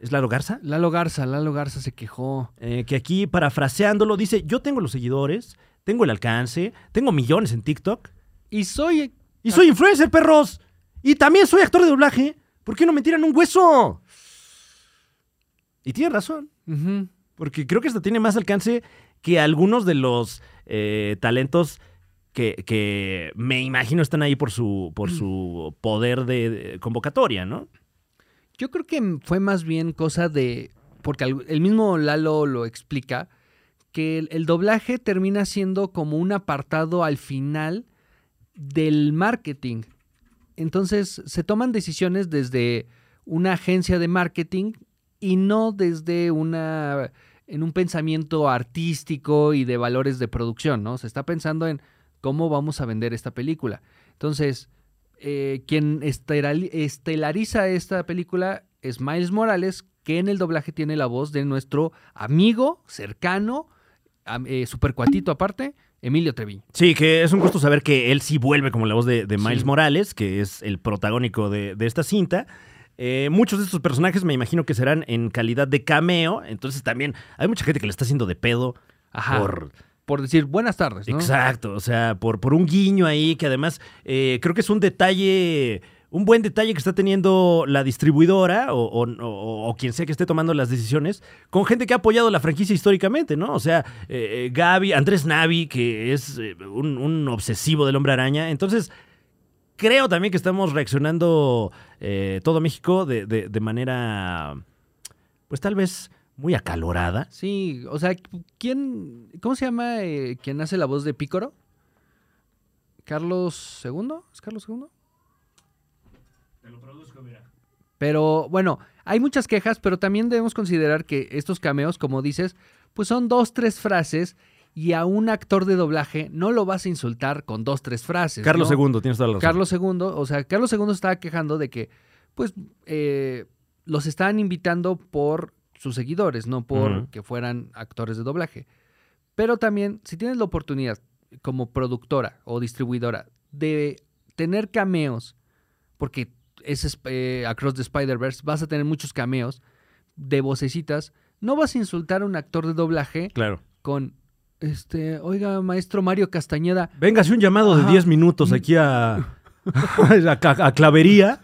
A: ¿Es Laro Garza?
B: Lalo Garza, Lalo Garza se quejó.
A: Eh, que aquí, parafraseándolo, dice, yo tengo los seguidores, tengo el alcance, tengo millones en TikTok
B: Y soy.
A: y soy influencer, perros. Y también soy actor de doblaje. ¿Por qué no me tiran un hueso? Y tiene razón.
B: Ujú.
A: Porque creo que esta tiene más alcance que algunos de los eh, talentos que, que me imagino están ahí por su,
B: Mm.
A: por su poder de, de convocatoria, ¿no?
B: Yo creo que fue más bien cosa de. Porque al- el mismo Lalo lo explica. Que el, el doblaje termina siendo como un apartado al final del marketing. Entonces se toman decisiones desde una agencia de marketing y no desde una en un pensamiento artístico y de valores de producción, ¿no? Se está pensando en cómo vamos a vender esta película. Entonces, eh, quien esteral- estelariza esta película es Miles Morales, que en el doblaje tiene la voz de nuestro amigo cercano, am- eh, supercuatito aparte, Emilio Treviño.
A: Sí, que es un gusto saber que él sí vuelve como la voz de, de Miles
B: Sí.
A: Morales, que es el protagónico de, de esta cinta. Eh, muchos de estos personajes me imagino que serán en calidad de cameo, entonces también hay mucha gente que le está haciendo de pedo
B: Ajá.
A: por
B: Por decir buenas tardes, pues, ¿no?
A: Exacto, o sea, por, por un guiño ahí que además eh, creo que es un detalle, un buen detalle que está teniendo la distribuidora o, o- o- o quien sea que esté tomando las decisiones con gente que ha apoyado la franquicia históricamente, ¿no? O sea, eh, eh, Gaby, Andrés Navi, que es eh, un, un obsesivo del hombre araña, entonces... Creo también que estamos reaccionando eh, todo México de, de- de manera, pues tal vez muy acalorada.
B: Sí, o sea, ¿quién. ¿Cómo se llama eh, quien hace la voz de Pícoro? ¿Carlos II? ¿Es Carlos II? Te lo produzco, mira. Pero bueno, hay muchas quejas, pero también debemos considerar que estos cameos, como dices, pues son dos, tres frases y a un actor de doblaje no lo vas a insultar con dos, tres frases.
A: Carlos
B: ¿no?
A: II, tienes toda la razón.
B: Carlos II, o sea, Carlos II estaba quejando de que, pues, eh, los estaban invitando por sus seguidores, no por
A: Ujú.
B: que fueran actores de doblaje. Pero también, si tienes la oportunidad, como productora o distribuidora, de tener cameos, porque es Sp- eh, Across the Spider-Verse, vas a tener muchos cameos de vocecitas, no vas a insultar a un actor de doblaje
A: Claro.
B: con, este, oiga, maestro Mario Castañeda,
A: Véngase un llamado de
B: Ajá.
A: 10 minutos aquí a, a, ca- a Clavería.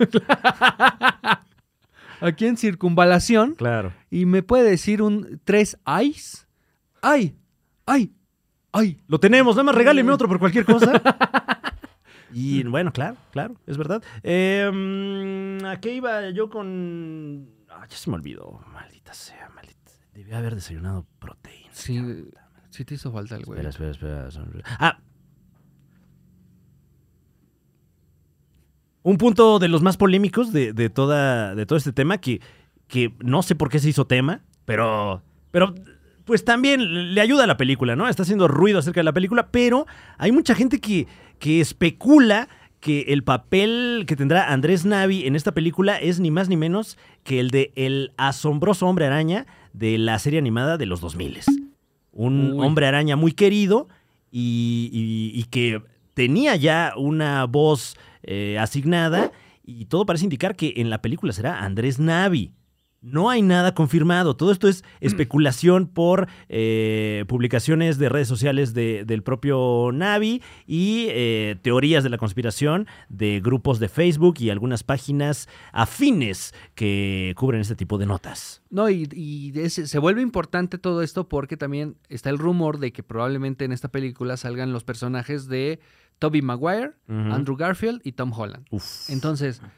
B: aquí en circunvalación.
A: Claro.
B: y me puede decir un tres eyes. Ay, ay, ay.
A: Lo tenemos, nada más regáleme otro por cualquier cosa. Y bueno, claro, claro, es verdad. Eh, mm, ¿A qué iba yo con...? Ah, ya se me olvidó. Maldita sea, maldita. Debía haber desayunado proteína.
B: Sí, sí te hizo falta el güey.
A: Espera, espera, espera. son- Ah. Un punto de los más polémicos de, de toda, de todo este tema que, que no sé por qué se hizo tema, pero, pero pues también le ayuda a la película, ¿no? Está haciendo ruido acerca de la película, pero hay mucha gente que, que especula que el papel que tendrá Andrés Navi en esta película es ni más ni menos que el de el asombroso hombre araña de la serie animada de los 2000. Un
B: Uy.
A: hombre araña muy querido y, y- y que tenía ya una voz eh, asignada y todo parece indicar que en la película será Andrés Navi. No hay nada confirmado. Todo esto es especulación por eh, publicaciones de redes sociales de- del propio Navi y eh, teorías de la conspiración de grupos de Facebook y algunas páginas afines que cubren este tipo de notas.
B: No, y, y de ese- se vuelve importante todo esto porque también está el rumor de que probablemente en esta película salgan los personajes de Toby Maguire,
A: Ujú.
B: Andrew Garfield y Tom Holland.
A: Uf.
B: Entonces,
A: Del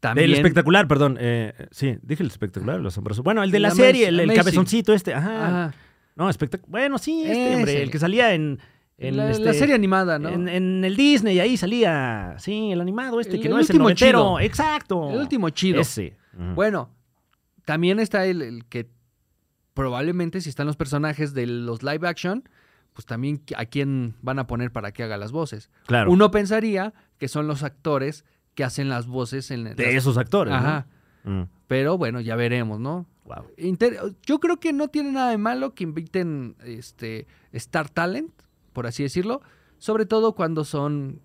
B: también...
A: espectacular, perdón. eh, sí, dije el espectacular, el asombroso. Bueno, el de
B: El
A: la
B: ama-
A: serie, el, el
B: amazing.
A: cabezoncito este. Ajá.
B: Ajá.
A: No, espectac- Bueno, sí, este,
B: Ese.
A: hombre, el que salía en. en
B: la,
A: este-
B: la serie animada, ¿no?
A: En, en el Disney, ahí salía. Sí, el animado este,
B: El-
A: que
B: el
A: no es el
B: último
A: noventero.
B: chido.
A: Exacto.
B: el último chido.
A: Ese. Ujú.
B: Bueno, también está el, el que probablemente si están los personajes de los live action, pues también a quién van a poner para que haga las voces.
A: claro.
B: Uno pensaría que son los actores que hacen las voces en
A: de
B: las-
A: esos actores.
B: Ajá.
A: ¿no? Mm,
B: Pero bueno, ya veremos, ¿no?
A: guau.
B: Inter- Yo creo que no tiene nada de malo que inviten este Star Talent, por así decirlo, sobre todo cuando son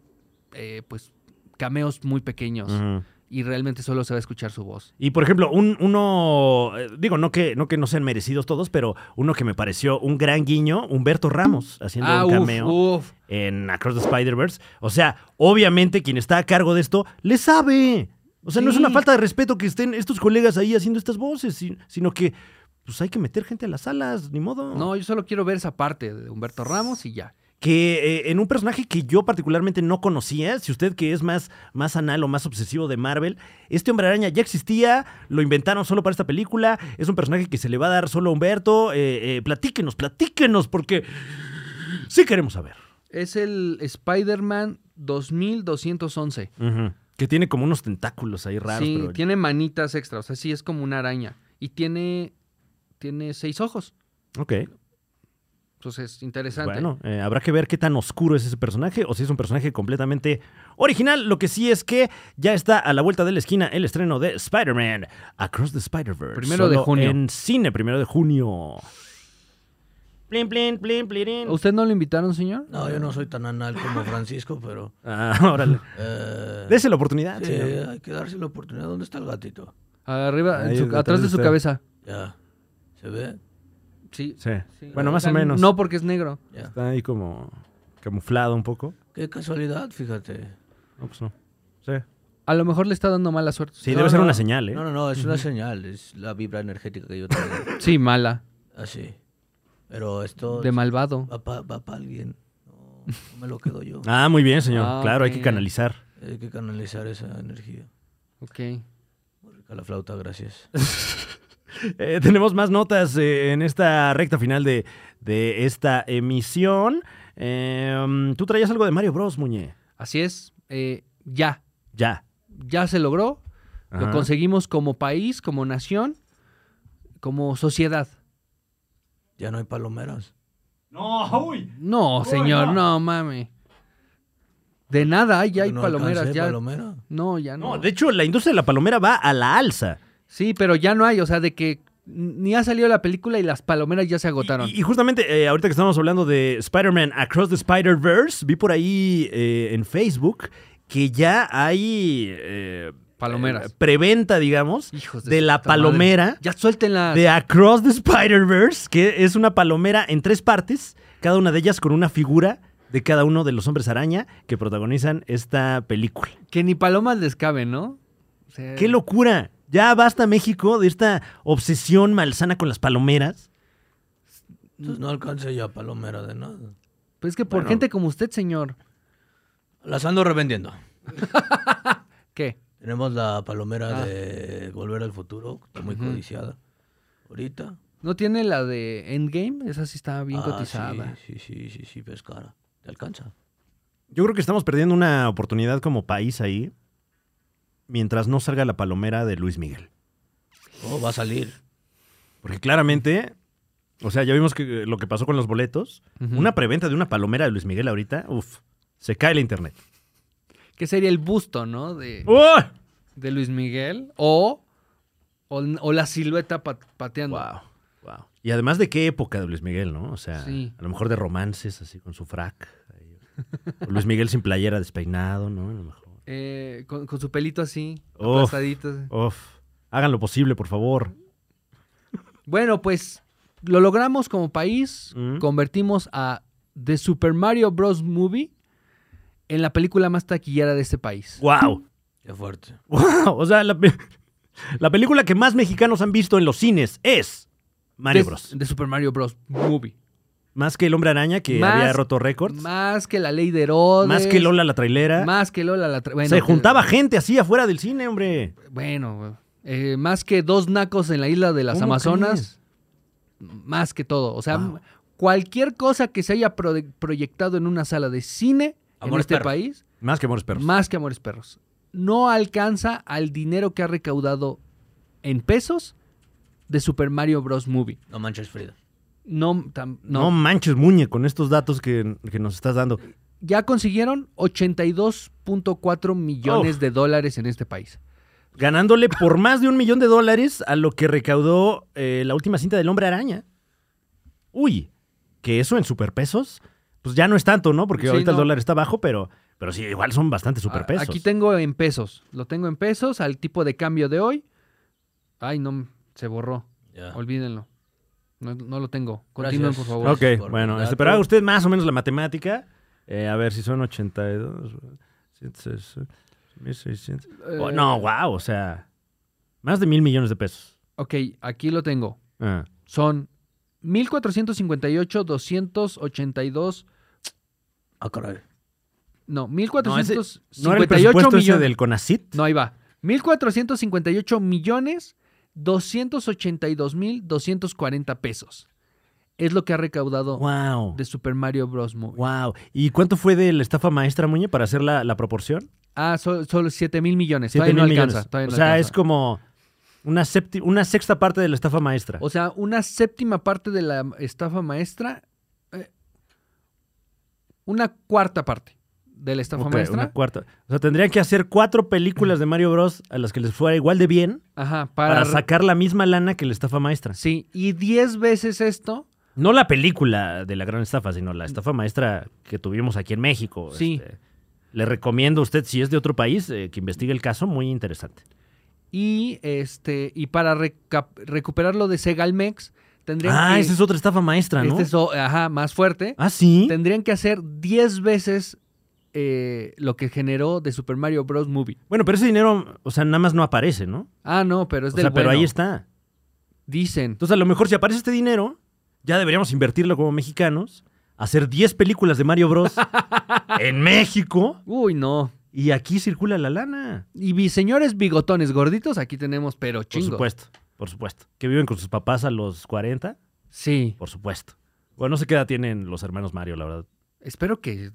B: eh, pues cameos muy pequeños
A: Ujú.
B: y realmente solo se va a escuchar su voz.
A: Y por ejemplo, un, uno, eh, digo, no que, no que no sean merecidos todos, pero uno que me pareció un gran guiño, Humberto Ramos, haciendo un
B: Ah, uf,
A: cameo.
B: uf.
A: en Across the Spider-Verse. O sea, obviamente quien está a cargo de esto le sabe. O sea, no es
B: Sí.
A: una falta de respeto que estén estos colegas ahí haciendo estas voces, si- sino que pues hay que meter gente a las salas, ni modo.
B: No, yo solo quiero ver esa parte de Humberto Ramos y ya.
A: Que eh, en un personaje que yo particularmente no conocía, si usted que es más, más anal o más obsesivo de Marvel, este hombre araña ya existía, lo inventaron solo para esta película, es un personaje que se le va a dar solo a Humberto. eh, eh, platíquenos, platíquenos, porque sí queremos saber.
B: Es el Spider-Man 2211.
A: Ujú. Que tiene como unos tentáculos ahí raros.
B: sí,
A: pero-
B: tiene manitas extra, o sea, sí es como una araña. Y tiene, tiene seis ojos.
A: Ok.
B: Entonces, interesante.
A: Bueno, eh, habrá que ver qué tan oscuro es ese personaje o si es un personaje completamente original. Lo que sí es que ya está a la vuelta de la esquina el estreno de Spider-Man Across the Spider-Verse.
B: Primero de
A: Solo
B: junio.
A: En cine, primero de junio. Plin, plin, plin, plirin.
B: ¿A ¿Usted no lo invitaron, señor?
E: No, yo no soy tan anal como Francisco, pero.
A: Ah, órale.
E: eh,
A: Dese la oportunidad,
E: sí,
A: señor.
E: hay que darse la oportunidad. ¿Dónde está el gatito?
B: Arriba, en
A: Ahí
B: su-
A: detrás
B: atrás de
A: de
B: su
A: usted.
B: cabeza.
E: Ya. ¿Se ve?
B: Sí.
A: Sí.
B: sí.
A: Bueno, más o
B: Oigan,
A: menos.
B: No, porque es negro.
E: Ya.
A: Está ahí como camuflado un poco.
E: Qué casualidad, fíjate.
A: No, pues no. Sí.
B: A lo mejor le está dando mala suerte.
A: Sí,
E: No,
A: debe ser
E: no.
A: una señal, ¿eh?
E: No, no, no, es una señal. Es la vibra energética que yo traigo.
B: Sí, mala.
E: Así. Pero esto
B: De malvado.
E: va para alguien. No, no me lo quedo yo.
A: Ah, muy bien, señor.
B: Ah,
A: claro, hay
B: ok.
A: que canalizar.
E: Hay que canalizar esa energía.
B: Ok.
E: Muy rica la flauta, gracias.
A: Eh, tenemos más notas eh, en esta recta final de, de esta emisión. Eh, Tú traías algo de Mario Bros, Muñe.
B: Así es. eh, ya.
A: Ya.
B: Ya se logró. Lo
A: Ajá.
B: conseguimos como país, como nación, como sociedad.
E: Ya no hay palomeras.
B: No, señor, no, mame. De nada, ya hay
E: No
B: palomeras.
E: alcancé
B: Ya...
E: palomera.
B: No, ya no.
A: No, de hecho, la industria de la palomera va a la alza.
B: Sí, pero ya no hay. O sea, de que ni ha salido la película y las palomeras ya se agotaron.
A: Y, y justamente eh, ahorita que estamos hablando de Spider-Man Across the Spider-Verse, vi por ahí eh, en Facebook que ya hay eh,
B: Palomeras.
A: eh, preventa, digamos,
B: Hijos
A: de
B: su
A: la
B: puta madre.
A: palomera.
B: Ya suéltenla.
A: de Across the Spider-Verse, que es una palomera en tres partes, cada una de ellas con una figura de cada uno de los hombres araña que protagonizan esta película.
B: Que ni palomas les cabe, ¿no? O sea,
A: ¡Qué locura! Ya basta México de esta obsesión malsana con las palomeras.
E: Entonces no alcancé ya palomera de nada.
B: Pues es que por
A: Bueno.
B: gente como usted, señor.
E: Las ando revendiendo.
B: ¿Qué?
E: Tenemos la palomera
B: Ah.
E: de Volver al Futuro, que está muy
B: Ujú.
E: codiciada. Ahorita.
B: ¿No tiene la de Endgame? Esa sí estaba bien
E: Ah,
B: cotizada.
E: Sí, sí, sí, sí, sí, pero es cara. ¿Te alcanza?
A: Yo creo que estamos perdiendo una oportunidad como país ahí mientras no salga la palomera de Luis Miguel.
E: Oh, va a salir.
A: Porque claramente, o sea, ya vimos que eh, lo que pasó con los boletos.
B: Ujú.
A: Una preventa de una palomera de Luis Miguel ahorita, uff, se cae la internet.
B: Que sería el busto, ¿no? De,
A: ¡Oh!
B: de Luis Miguel. O, o, o la silueta pat- pateando.
A: Wow, wow. Y además de qué época de Luis Miguel, ¿no? O sea,
B: Sí.
A: a lo mejor de romances, así con su frac. ahí. O Luis Miguel sin playera despeinado, ¿no? A lo mejor.
B: Eh, con, con su pelito así,
A: Uf.
B: aplastadito.
A: Uf. Hagan lo posible, por favor.
B: Bueno, pues lo logramos como país.
A: Mm.
B: Convertimos a The Super Mario Bros. Movie en la película más taquillera de este país.
A: ¡Wow!
E: Qué fuerte.
A: ¡Wow! O sea, la, pe- la película que más mexicanos han visto en los cines es Mario
B: de,
A: Bros.
B: de Super Mario Bros. Movie.
A: Más que El Hombre Araña, que
B: Más-
A: había roto récords. Más,
B: Más que la ley de Herodes.
A: que Lola la trailera.
B: Más que Lola la tra- bueno,
A: Se
B: que-
A: juntaba gente así afuera del cine, hombre.
B: Bueno, eh, más que dos nacos en la isla de las
A: ¿Cómo
B: Amazonas. Más que todo. O sea,
A: Wow.
B: cualquier cosa que se haya pro- proyectado en una sala de cine en
E: Amores
B: este
E: Perros.
B: país.
A: Más que Amores Perros.
B: Más que Amores Perros. No alcanza al dinero que ha recaudado en pesos de Super Mario Bros. Movie.
E: No manches, Frida.
B: No, tam-
A: no.
B: no.
A: manches, Muñe, con estos datos que, que nos estás dando.
B: Ya consiguieron 82.4 millones de dólares en este país.
A: Ganándole por más de un millón de dólares a lo que recaudó eh, la última cinta del Hombre Araña. Uy, que eso en superpesos, pues ya no es tanto, ¿no? Porque
B: Sí,
A: ahorita el
B: no.
A: dólar está bajo, pero, pero sí, igual son bastantes superpesos.
B: A- Aquí tengo en pesos. Lo tengo en pesos al tipo de cambio de hoy. Ay, no, se borró.
A: Ah.
E: Ya.
B: Olvídenlo. No, no lo tengo.
E: Gracias.
B: Continúen, por favor.
A: Ok,
E: Gracias por
A: bueno,
E: el
A: este,
E: dato.
A: pero haga usted más o menos la matemática. Eh, a ver si son 82, 160, 1600. Oh,
B: Eh,
A: no, wow, o sea, más de mil millones de pesos.
B: Ok, aquí lo tengo.
A: Ah.
B: son 1458, 282,
E: Ah, caray.
B: no,
A: No, ese-
B: 1458
A: ¿No era el presupuesto ese
B: millones.
A: del CONACIT?
B: No, ahí va. 1458 millones 282 mil 240 pesos. Es lo que ha recaudado
A: Wow.
B: de Super Mario Bros. Movie.
A: Wow. ¿Y cuánto fue de la estafa maestra, Muñe, para hacer la, la proporción?
B: Ah, so- solo 7 mil millones.
A: Siete
B: todavía
A: mil
B: no
A: millones.
B: alcanza. todavía no
A: o sea,
B: alcanza.
A: es como una, septi- una sexta parte de la estafa maestra.
B: O sea, una séptima parte de la estafa maestra. eh, una cuarta parte de la estafa
A: Ok,
B: maestra.
A: Una cuarta. O sea, tendrían que hacer cuatro películas de Mario Bros. a las que les fuera igual de bien
B: Ajá,
A: para,
B: para,
A: sacar la misma lana que la estafa maestra.
B: Sí, y 10 veces esto.
A: No la película de la gran estafa, sino la estafa maestra que tuvimos aquí en México.
B: Sí.
A: Este, le recomiendo a usted, si es de otro país, eh, que investigue el caso. Muy interesante.
B: Y este y para reca- recuperar lo de Segalmex, tendrían
A: Ah,
B: que.
A: esa es otra estafa maestra, ¿no?
B: este es o- ajá, más fuerte.
A: Ah, sí.
B: Tendrían que hacer 10 veces eh, lo que generó de Super Mario Bros. Movie.
A: Bueno, pero ese dinero, o sea, nada más no aparece, ¿no?
B: Ah, no, pero es
A: o
B: del
A: sea, pero
B: bueno.
A: ahí está.
B: Dicen.
A: Entonces, a lo mejor si aparece este dinero, ya deberíamos invertirlo como mexicanos, hacer 10 películas de Mario Bros. en México
B: Uy, no.
A: y aquí circula la lana.
B: Y mis señores bigotones gorditos, aquí tenemos, pero
A: Por
B: chingo.
A: supuesto, por supuesto. Que viven con sus papás a los 40,
B: Sí.
A: por supuesto. Bueno, no sé qué edad tienen los hermanos Mario, la verdad.
B: Espero que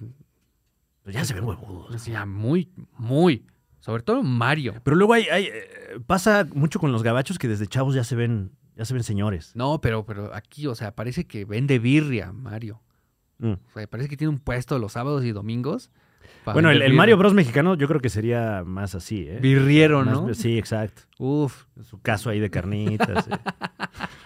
A: Pero ya se ven huevudos.
B: sea muy, muy. Sobre todo Mario.
A: Pero luego hay, hay, eh, pasa mucho con los gabachos que desde chavos ya se ven, ya se ven señores.
B: No, pero, pero aquí, o sea, parece que vende birria, Mario.
A: Mm.
B: O sea, parece que tiene un puesto los sábados y domingos. para
A: Bueno, el,
B: vender
A: el
B: birria.
A: Mario Bros mexicano yo creo que sería más así, ¿eh?
B: Birriero,
A: Más-
B: ¿no?
A: Sí, exacto.
B: Uf.
A: Su caso ahí de carnitas. eh.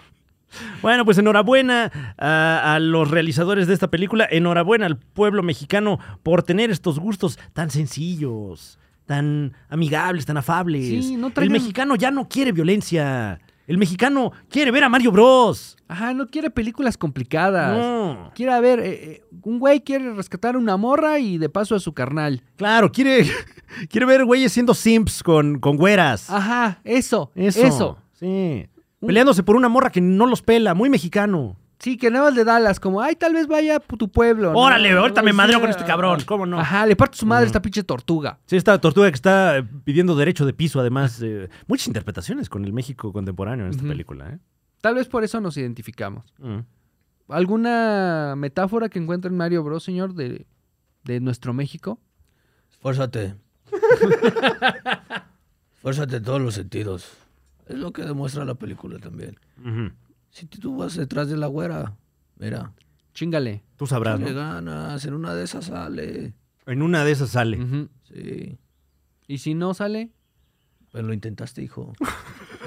A: bueno, pues enhorabuena a, a los realizadores de esta película. Enhorabuena al pueblo mexicano por tener estos gustos tan sencillos, tan amigables, tan afables.
B: Sí, no
A: el
B: traigan-
A: mexicano ya no quiere violencia. El mexicano quiere ver a Mario Bros.
B: Ajá, no quiere películas complicadas.
A: No.
B: Quiere a ver, eh, eh, un güey quiere rescatar una morra y de paso a su carnal.
A: Claro, quiere, quiere ver güeyes siendo simps con, con güeras.
B: Ajá, eso, eso.
A: Ah, Eso. Sí. Peleándose por una morra que no los pela, muy mexicano.
B: Sí, que nada más le da las como, ay, tal vez vaya a tu pueblo. ¿no?
A: Órale, ahorita me
B: Sí,
A: madreo con
B: ah,
A: este cabrón, ¿cómo no?
B: Ajá, le parte su madre
A: Ujú.
B: esta pinche tortuga.
A: Sí, esta tortuga que está eh, pidiendo derecho de piso, además. eh, muchas interpretaciones con el México contemporáneo en esta
B: Ujú.
A: película, ¿eh?
B: Tal vez por eso nos identificamos.
A: Mm.
B: ¿Alguna metáfora que encuentre en Mario Bros, señor, de, de nuestro México?
E: Esfuérzate. Esfuérzate en todos los sentidos. Es lo que demuestra la película también.
A: Ujú.
E: Si tú vas detrás de la güera, mira,
B: Chingale.
A: Tú sabrás,
E: le
A: ¿no?
E: ganas, en una de esas sale.
A: En una de esas sale.
B: Ujú.
E: Sí,
B: Y si no sale,
E: pero lo intentaste, hijo.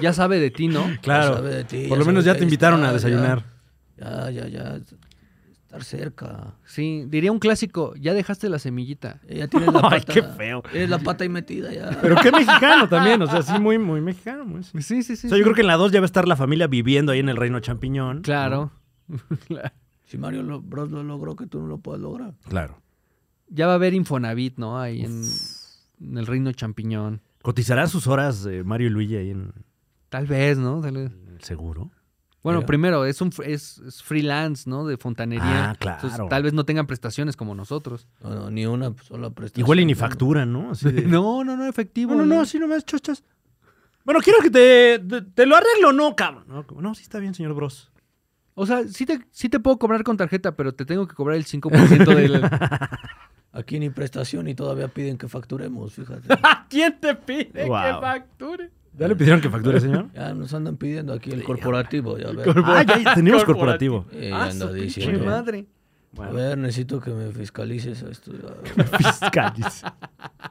B: ya sabe de ti, ¿no?
A: Claro.
E: Ya sabe de ti,
A: Por
E: ya
A: lo menos ya
E: sabe que
A: te
E: ahí
A: invitaron
E: está,
A: a desayunar.
E: Ya, ya, ya. Estar cerca.
B: Sí, diría un clásico, ya dejaste la semillita.
E: Ella tiene la pata.
A: Ay, qué feo.
E: Tienes la pata ahí metida ya.
A: Pero qué mexicano también, o sea, sí, muy, muy mexicano. muy, sí.
B: Sí, sí, sí.
A: O sea, yo creo que en la 2 ya va a estar la familia viviendo ahí en el Reino Champiñón.
B: Claro.
E: Si Mario lo- Bros lo logró, que tú no lo puedas lograr.
A: Claro.
B: Ya va a haber Infonavit, ¿no? Ahí en, en el reino champiñón.
A: ¿Cotizarán sus horas eh, Mario y Luigi ahí en
B: Tal vez, ¿no? Tal vez.
A: el seguro?
B: Bueno,
E: Mira.
B: primero, es un fr- es, es freelance, ¿no? De fontanería.
A: Ah, claro.
B: tal vez no tengan prestaciones como nosotros.
E: No, no, ni una sola prestación.
A: Igual y ni facturan, ¿no? Así de-
B: No, no, no, efectivo.
A: No, no, no, así nomás, chas, chas. Bueno, quiero que te, te, te lo arreglo, no, cabrón. No, como, no, sí está bien, señor Bros.
B: O sea, sí te, sí te puedo cobrar con tarjeta, pero te tengo que cobrar el 5% del...
E: Aquí ni prestación y todavía piden que facturemos, fíjate.
B: ¿Quién te pide
A: Guau.
B: facture?
A: ¿Ya le pidieron que facture, señor?
E: Ya nos andan pidiendo aquí el corporativo, ya ves.
A: ah, ya tenemos corporativo.
E: Y
B: Ah,
E: anda
B: su pinche
E: diciendo,
B: madre.
E: A ver, necesito que me fiscalices esto. ya.
A: Fiscales.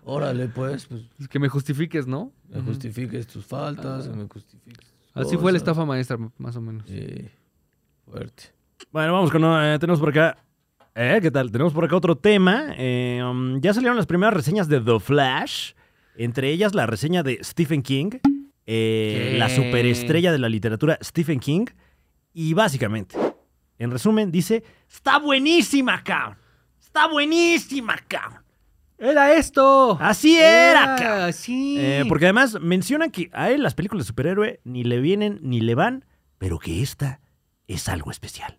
E: Órale, pues, pues
B: Es que me justifiques, ¿no?
E: me justifiques tus faltas, que me justifiques. tus
B: Así Ah, fue la
E: cosas.
B: estafa maestra, m- más o menos.
E: Sí, fuerte.
A: Bueno, vamos con. eh, tenemos por acá. Eh, ¿Qué tal? Tenemos por acá otro tema. Eh, um, ya salieron las primeras reseñas de The Flash. Entre ellas la reseña de Stephen King, eh,
B: ¿Qué?
A: la superestrella de la literatura Stephen King. Y básicamente, en resumen, dice: Está buenísima, cabrón. Está buenísima, cabrón.
B: ¡Era esto!
A: Así era, cabrón.
B: Sí.
A: Eh, porque además menciona que a él las películas de superhéroe ni le vienen ni le van, pero que esta es algo especial.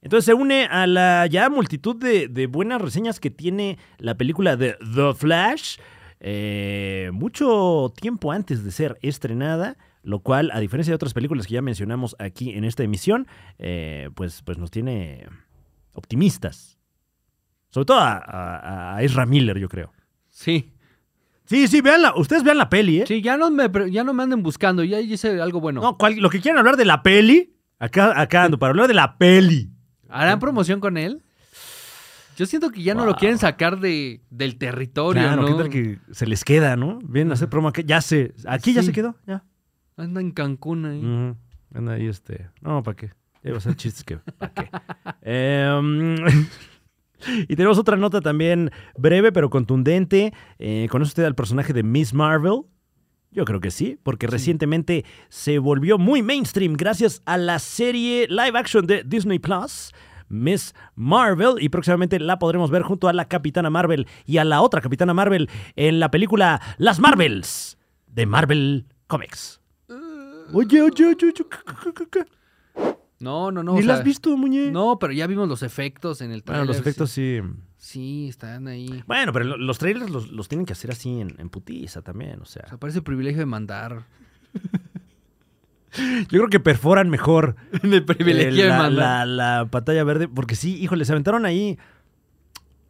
A: Entonces se une a la ya multitud de, de buenas reseñas que tiene la película de The Flash, eh, mucho tiempo antes de ser estrenada, lo cual, a diferencia de otras películas que ya mencionamos aquí en esta emisión, eh, pues, pues nos tiene optimistas. Sobre todo a, a- a Ezra Miller, yo creo.
B: Sí.
A: Sí, sí, veanla. Ustedes vean la peli, ¿eh?
B: Sí, ya no me, pre- ya no me anden buscando, ya hice algo bueno.
A: No, cual- lo que quieran hablar de la peli, acá, acá ando, para hablar de la peli.
B: ¿Harán promoción con él? Yo siento que ya no lo
A: Wow.
B: quieren sacar de, del territorio,
A: claro,
B: ¿no?
A: ¿qué tal que se les queda, no? Vienen a hacer promo acá. Ya se, aquí ya
B: Sí.
A: se quedó, ya.
B: Anda en Cancún ahí.
A: Ujú. Anda ahí este. No, ¿para qué? Ya iba a hacer chistes que. ¿Para qué? Em, y tenemos otra nota también breve pero contundente. Eh, ¿Conoce usted al personaje de Miss Marvel? Yo creo que sí, porque recientemente se volvió muy mainstream gracias a la serie live action de Disney Plus. Miss Marvel y próximamente la podremos ver junto a la Capitana Marvel y a la otra Capitana Marvel en la película Las Marvels de Marvel Comics. Oye, oye, oye, oye, ¿qué, qué, qué, qué?
B: No, no, no. o
A: ¿Ni la
B: sea,
A: has visto, muñe?
B: No, pero ya vimos los efectos en el
A: Bueno,
B: trailer.
A: los efectos sí.
B: Sí, están ahí.
A: Bueno, pero lo- los trailers los, los tienen que hacer así en, en putiza también, o
B: O
A: sea.
B: sea, parece privilegio de mandar.
A: Yo creo que perforan mejor
B: El
A: eh,
B: privilegio de
A: la,
B: mandar.
A: la- la pantalla verde, porque sí, híjole, se aventaron ahí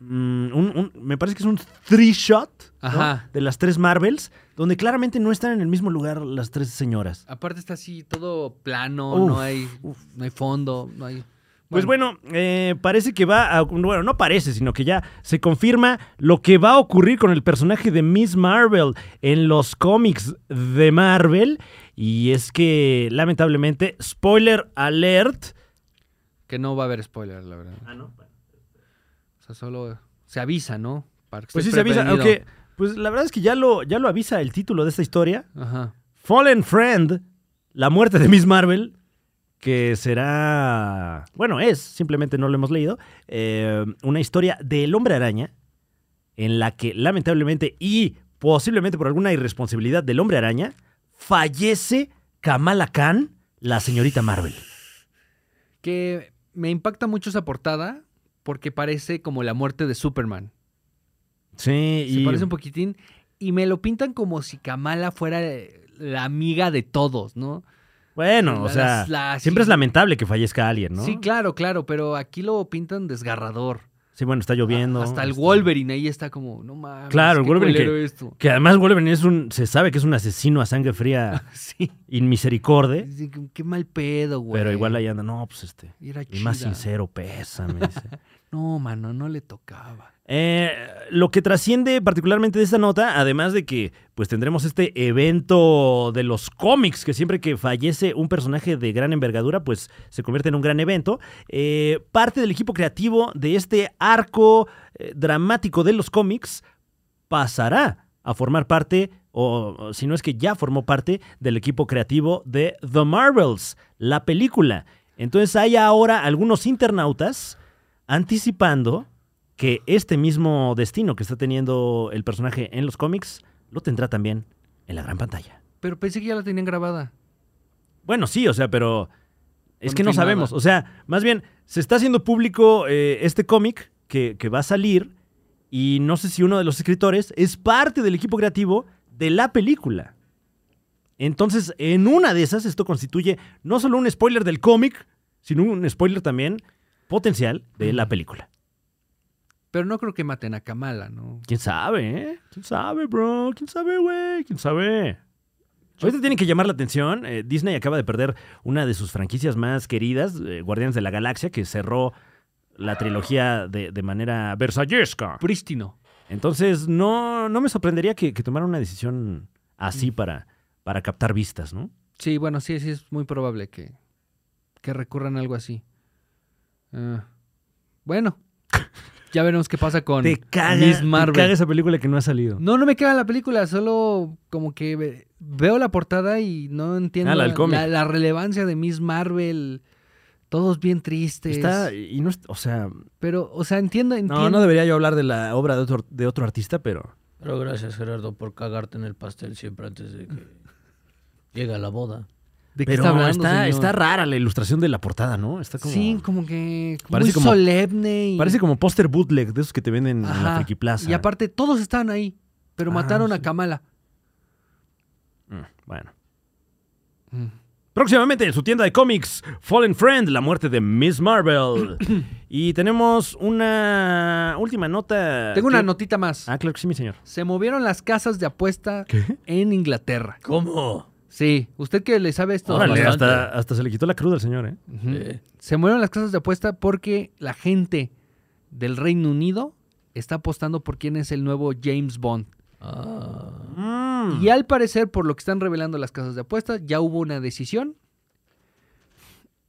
A: mm, un, un- me parece que es un three shot ¿no?
B: Ajá.
A: de las tres Marvels, donde claramente no están en el mismo lugar las tres señoras.
B: Aparte está así todo plano,
A: Uf,
B: no hay no hay fondo, no hay
A: Pues bueno, eh, parece que va a. Bueno, no parece, sino que ya se confirma lo que va a ocurrir con el personaje de Miss Marvel en los cómics de Marvel. Y es que, lamentablemente, spoiler alert.
B: que no va a haber spoilers, la verdad.
A: Ah, no.
B: O sea, solo se avisa, ¿no? Para que
A: Pues sí,
B: estés
A: se avisa.
B: prevenido.
A: Aunque, pues la verdad es que ya lo, ya lo avisa el título de esta historia:
B: Ajá.
A: Fallen Friend, la muerte de Miss Marvel. Que será. Bueno, es, simplemente no lo hemos leído. eh, una historia del hombre araña. en la que lamentablemente y posiblemente por alguna irresponsabilidad del hombre araña, fallece Kamala Khan, la señorita Marvel.
B: Que me impacta mucho esa portada porque parece como la muerte de Superman.
A: Sí,
B: Se parece un poquitín y me lo pintan como si Kamala fuera eh, la amiga de todos, ¿no?
A: bueno, o
B: Las-
A: sea,
B: las-
A: siempre es lamentable que fallezca alguien, ¿no?
B: Sí, claro, claro, pero aquí lo pintan desgarrador.
A: Sí, bueno, está lloviendo.
B: Hasta el
A: está-
B: Wolverine ahí está como, no mames.
A: este, Claro, el
B: qué
A: Wolverine que-
B: culero esto.
A: Que además Wolverine es un, se sabe que es un asesino a sangre fría
B: Sí.
A: inmisericorde,
B: Dice, "Qué- Qué mal pedo, güey.
A: pero igual ahí anda, no, pues este,
B: Era
A: el más
B: chida.
A: sincero, pésame. dice.
B: No, mano, no le tocaba.
A: Eh, lo que trasciende particularmente de esta nota, además de que pues tendremos este evento de los cómics, que siempre que fallece un personaje de gran envergadura, pues se convierte en un gran evento. Eh, parte del equipo creativo de este arco eh, dramático de los cómics pasará a formar parte, o o si no es que ya formó parte, del equipo creativo de The Marvels, la película. Entonces hay ahora algunos internautas anticipando que este mismo destino que está teniendo el personaje en los cómics lo tendrá también en la gran pantalla.
B: Pero pensé que ya la tenían grabada.
A: Bueno, sí, o sea, pero es
B: Bueno,
A: que no
B: filmada.
A: sabemos. O sea, más bien, se está haciendo público eh, este cómic que, que va a salir y no sé si uno de los escritores es parte del equipo creativo de la película. Entonces, en una de esas, esto constituye no solo un spoiler del cómic, sino un spoiler también potencial de la película.
B: Pero no creo que maten a Kamala, ¿no?
A: ¿Quién sabe, eh? ¿Quién sabe, bro? ¿Quién sabe, güey? ¿Quién sabe? Ahorita tienen que llamar la atención. eh, Disney acaba de perder una de sus franquicias más queridas, eh, Guardianes de la Galaxia, que cerró la trilogía de, de manera versallesca.
B: Prístino.
A: Entonces, no, no me sorprendería que, que tomaran una decisión así para, para captar vistas, ¿no?
B: Sí, bueno, sí, sí, es muy probable que, que recurran a algo así. Ah, bueno, ya veremos qué pasa con
A: Te caga,
B: Miss
A: te
B: Marvel.
A: caga esa película que no ha salido.
B: No, no me queda la película, solo como que ve- veo la portada y no entiendo
A: Ah, la del cómic.
B: la, la relevancia de Miss Marvel. Todos bien tristes.
A: Está, y no, es- o sea,
B: Pero, o sea, entiendo, entiendo.
A: no, no debería yo hablar de la obra de otro, de otro artista, pero...
E: Pero gracias, Gerardo, por cagarte en el pastel siempre antes de que llegue a la boda.
B: ¿De qué
A: Pero
B: está hablando,
A: está,
B: señor?
A: está rara la ilustración de la portada, ¿no? Está como.
B: Sí, como que
A: Parece
B: muy
A: como-
B: solemne. Y...
A: Parece como póster bootleg de esos que te venden en la
B: Ajá.
A: Friki Plaza.
B: Y aparte, todos estaban ahí, pero
A: Ah,
B: mataron a
A: sí.
B: Kamala.
A: Mm, bueno.
B: Mm.
A: Próximamente en su tienda de cómics, Fallen Friend, la muerte de Miss Marvel. y tenemos una última nota.
B: Tengo una
A: que-
B: notita más.
A: Ah, claro que sí, mi señor.
B: Se movieron las casas de apuesta en Inglaterra.
E: ¿Cómo?
B: Sí, usted que le sabe esto.
A: Órale,
E: bastante.
A: hasta, hasta se le quitó la cruda al señor, ¿eh?
B: Ujú.
E: Eh,
B: Se movieron las casas de apuesta porque la gente del Reino Unido está apostando por quién es el nuevo James Bond.
E: ah,
A: Mm.
B: Y al parecer, por lo que están revelando las casas de apuestas, ya hubo una decisión.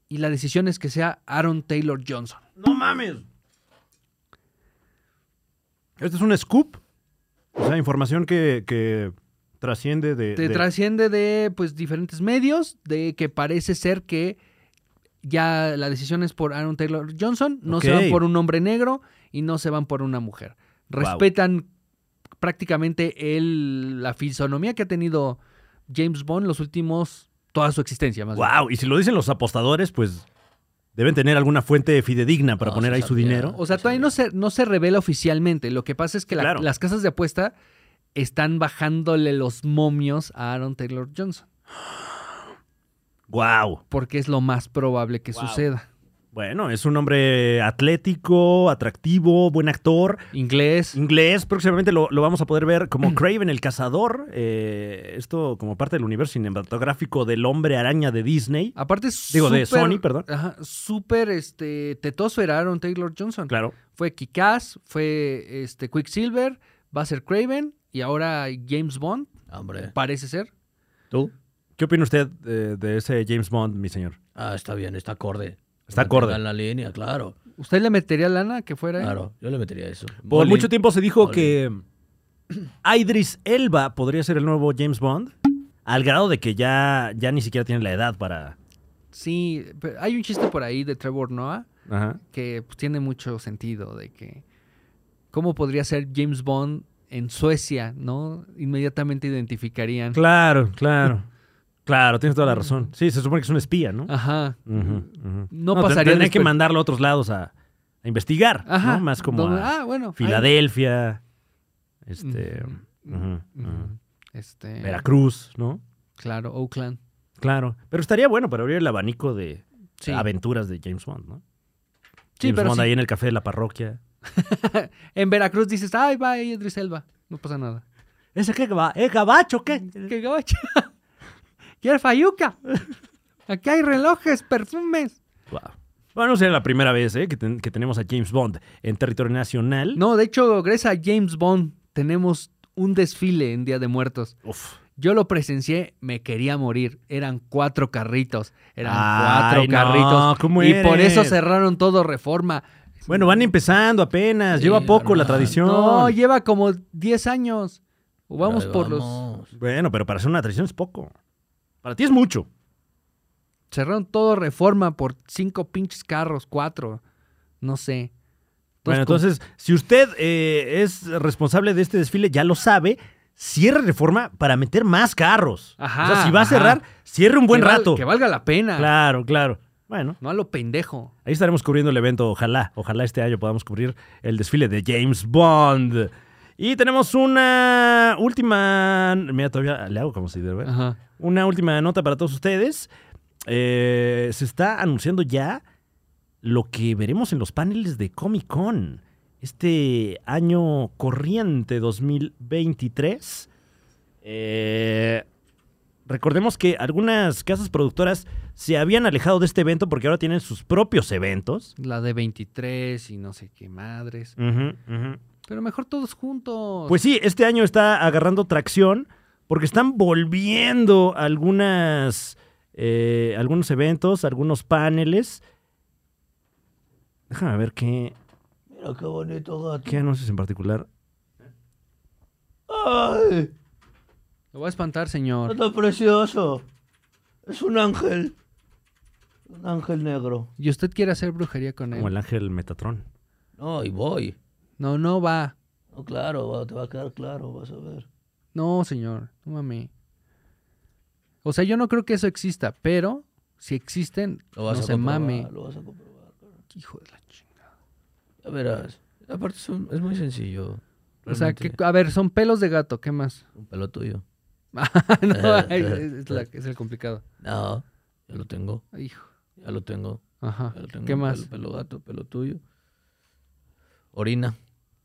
B: Y la decisión es que sea Aaron Taylor Johnson.
A: ¡No mames! Este es un scoop. O sea, información que, que trasciende de.
B: Te
A: de-
B: trasciende de pues diferentes medios de que parece ser que ya la decisión es por Aaron Taylor Johnson, no se
A: Ok.
B: van por un hombre negro y no se van por una mujer.
A: Wow.
B: Respetan prácticamente el, la fisonomía que ha tenido James Bond los últimos toda su existencia más bien.
A: Wow, y si lo dicen los apostadores, pues deben tener alguna fuente fidedigna para
E: No,
A: poner
E: sí
A: ahí su
E: sabía.
A: dinero.
B: O sea, todavía no se, no se revela oficialmente. Lo que pasa es que la-
A: Claro.
B: las casas de apuesta están bajándole los momios a Aaron Taylor Johnson,
A: Wow.
B: porque es lo más probable que suceda.
A: Bueno, es un hombre atlético, atractivo, buen actor,
B: Inglés.
A: inglés. Próximamente lo, lo vamos a poder ver como Craven el cazador. eh, esto como parte del universo cinematográfico del hombre araña de Disney.
B: Aparte es
A: Digo, de
B: súper-
A: Sony, perdón.
B: Ajá, súper este, tetoso era Aaron Taylor Johnson.
A: Claro.
B: Fue Kikaz, fue este, Quicksilver, va a ser Craven y ahora James Bond,
E: hombre.
B: parece ser.
E: ¿Tú?
A: ¿Qué opina usted eh, de ese James Bond, mi señor?
E: Ah, está bien, está acorde.
A: Está acorde.
E: Mantenga en la línea, claro.
B: ¿Usted le metería lana que fuera? él?
E: Claro, yo le metería eso.
A: Por
E: Bowling.
A: mucho tiempo se dijo
E: Bowling.
A: que Idris Elba podría ser el nuevo James Bond, al grado de que ya, ya ni siquiera tiene la edad para...
B: Sí, pero hay un chiste por ahí de Trevor Noah
A: Ajá.
B: que pues, tiene mucho sentido de que cómo podría ser James Bond en Suecia, ¿no? Inmediatamente identificarían.
A: Claro, claro. claro, tienes toda la razón. Sí, se supone que es un espía, ¿no?
B: Ajá.
A: Ujú, ujú.
B: Mm. Ah. No
A: te-
B: pasaría
A: Tendrían que
B: desper-
A: mandarlo a otros lados a, a investigar,
B: Ajá.
A: ¿no? Más como
B: Donde-
A: a
B: ah, bueno. ahí- Mm.
A: Filadelfia, este,
B: Ujú,
A: ujú,
B: ujú.
A: ujú.
B: Este,
A: Mm. Veracruz, ¿no?
B: Claro, Oakland.
A: Claro. Pero estaría bueno para abrir el abanico de
B: Sí.
A: aventuras de James Bond, ¿no?
B: Sí,
A: James
B: pero
A: Bond
B: sí.
A: ahí en el café de la parroquia.
B: En Veracruz dices, ay, va ahí Idris Elba. No pasa nada.
A: ¿Ese qué va? ¿Es gabacho qué?
B: eh, ¡Qué gabacha! ¡Quiero fayuca! Aquí hay relojes, perfumes.
A: Guau. Bueno, no sería la primera vez ¿eh? que, ten- que tenemos a James Bond en territorio nacional.
B: No, de hecho, gracias a James Bond tenemos un desfile en Día de Muertos.
A: Uf.
B: Yo lo presencié, me quería morir. Eran cuatro carritos. Eran
A: Ay,
B: cuatro
A: no,
B: carritos.
A: ¿cómo
B: y por
A: eres?
B: eso cerraron todo Reforma.
A: Bueno, van empezando apenas.
E: Sí,
A: Lleva poco la
E: hermano.
A: tradición.
B: No, lleva como 10 años. O Vamos
E: Ahí
B: por los.
E: vamos.
A: Bueno, pero para hacer una tradición es poco. Para ti es mucho.
B: Cerraron todo Reforma por cinco pinches carros, cuatro. No sé. Pues
A: Bueno, entonces, si usted eh, es responsable de este desfile, ya lo sabe, cierre Reforma para meter más carros.
B: Ajá,
A: o sea, si va a
B: ajá.
A: cerrar, cierre un buen
B: que val-
A: rato.
B: que valga la pena.
A: Claro, claro. Bueno,
B: No a lo pendejo.
A: ahí estaremos cubriendo el evento. Ojalá, ojalá este año podamos cubrir el desfile de James Bond. Y tenemos una última. Mira, todavía le hago como si de verdad.
B: Ajá.
A: Una última nota para todos ustedes. Eh, se está anunciando ya lo que veremos en los paneles de Comic Con. Este año corriente 2023. Eh, recordemos que algunas casas productoras se habían alejado de este evento porque ahora tienen sus propios eventos.
B: La de 23 y no sé qué madres.
A: Ujú, ujú.
B: Pero mejor todos juntos.
A: Pues sí, este año está agarrando tracción porque están volviendo algunas, eh, algunos eventos, algunos paneles. Déjame ver qué,
E: Mira qué bonito gato.
A: qué anuncios en particular.
E: ¡Ay!
B: Lo voy a espantar,
A: Pues
B: señor.
E: Está precioso. Es un ángel. Un ángel negro.
B: Y usted quiere hacer brujería con
A: Como
B: él.
A: el ángel Metatrón.
E: No, y voy.
B: No, no va.
E: No, claro, va- te va a quedar claro, vas a ver.
B: No, señor. No mami. O sea, yo no creo que eso exista, pero si existen,
E: Lo vas
B: no
E: a
B: se
E: comprobar,
B: mame.
E: Lo vas a comprobar. claro.
B: Hijo de la chingada.
E: Ya verás. Aparte es, un- es muy sencillo.
B: O sea,
E: Realmente,
B: que- a ver, son pelos de gato, ¿qué más?
E: Un pelo tuyo.
B: no, es, es la- es el complicado.
E: No, ya lo tengo.
B: Hijo.
E: Ya lo tengo.
B: Ajá.
E: ya lo tengo,
B: ¿Qué
E: un
B: más?
E: Pelo, pelo gato, pelo tuyo. Orina.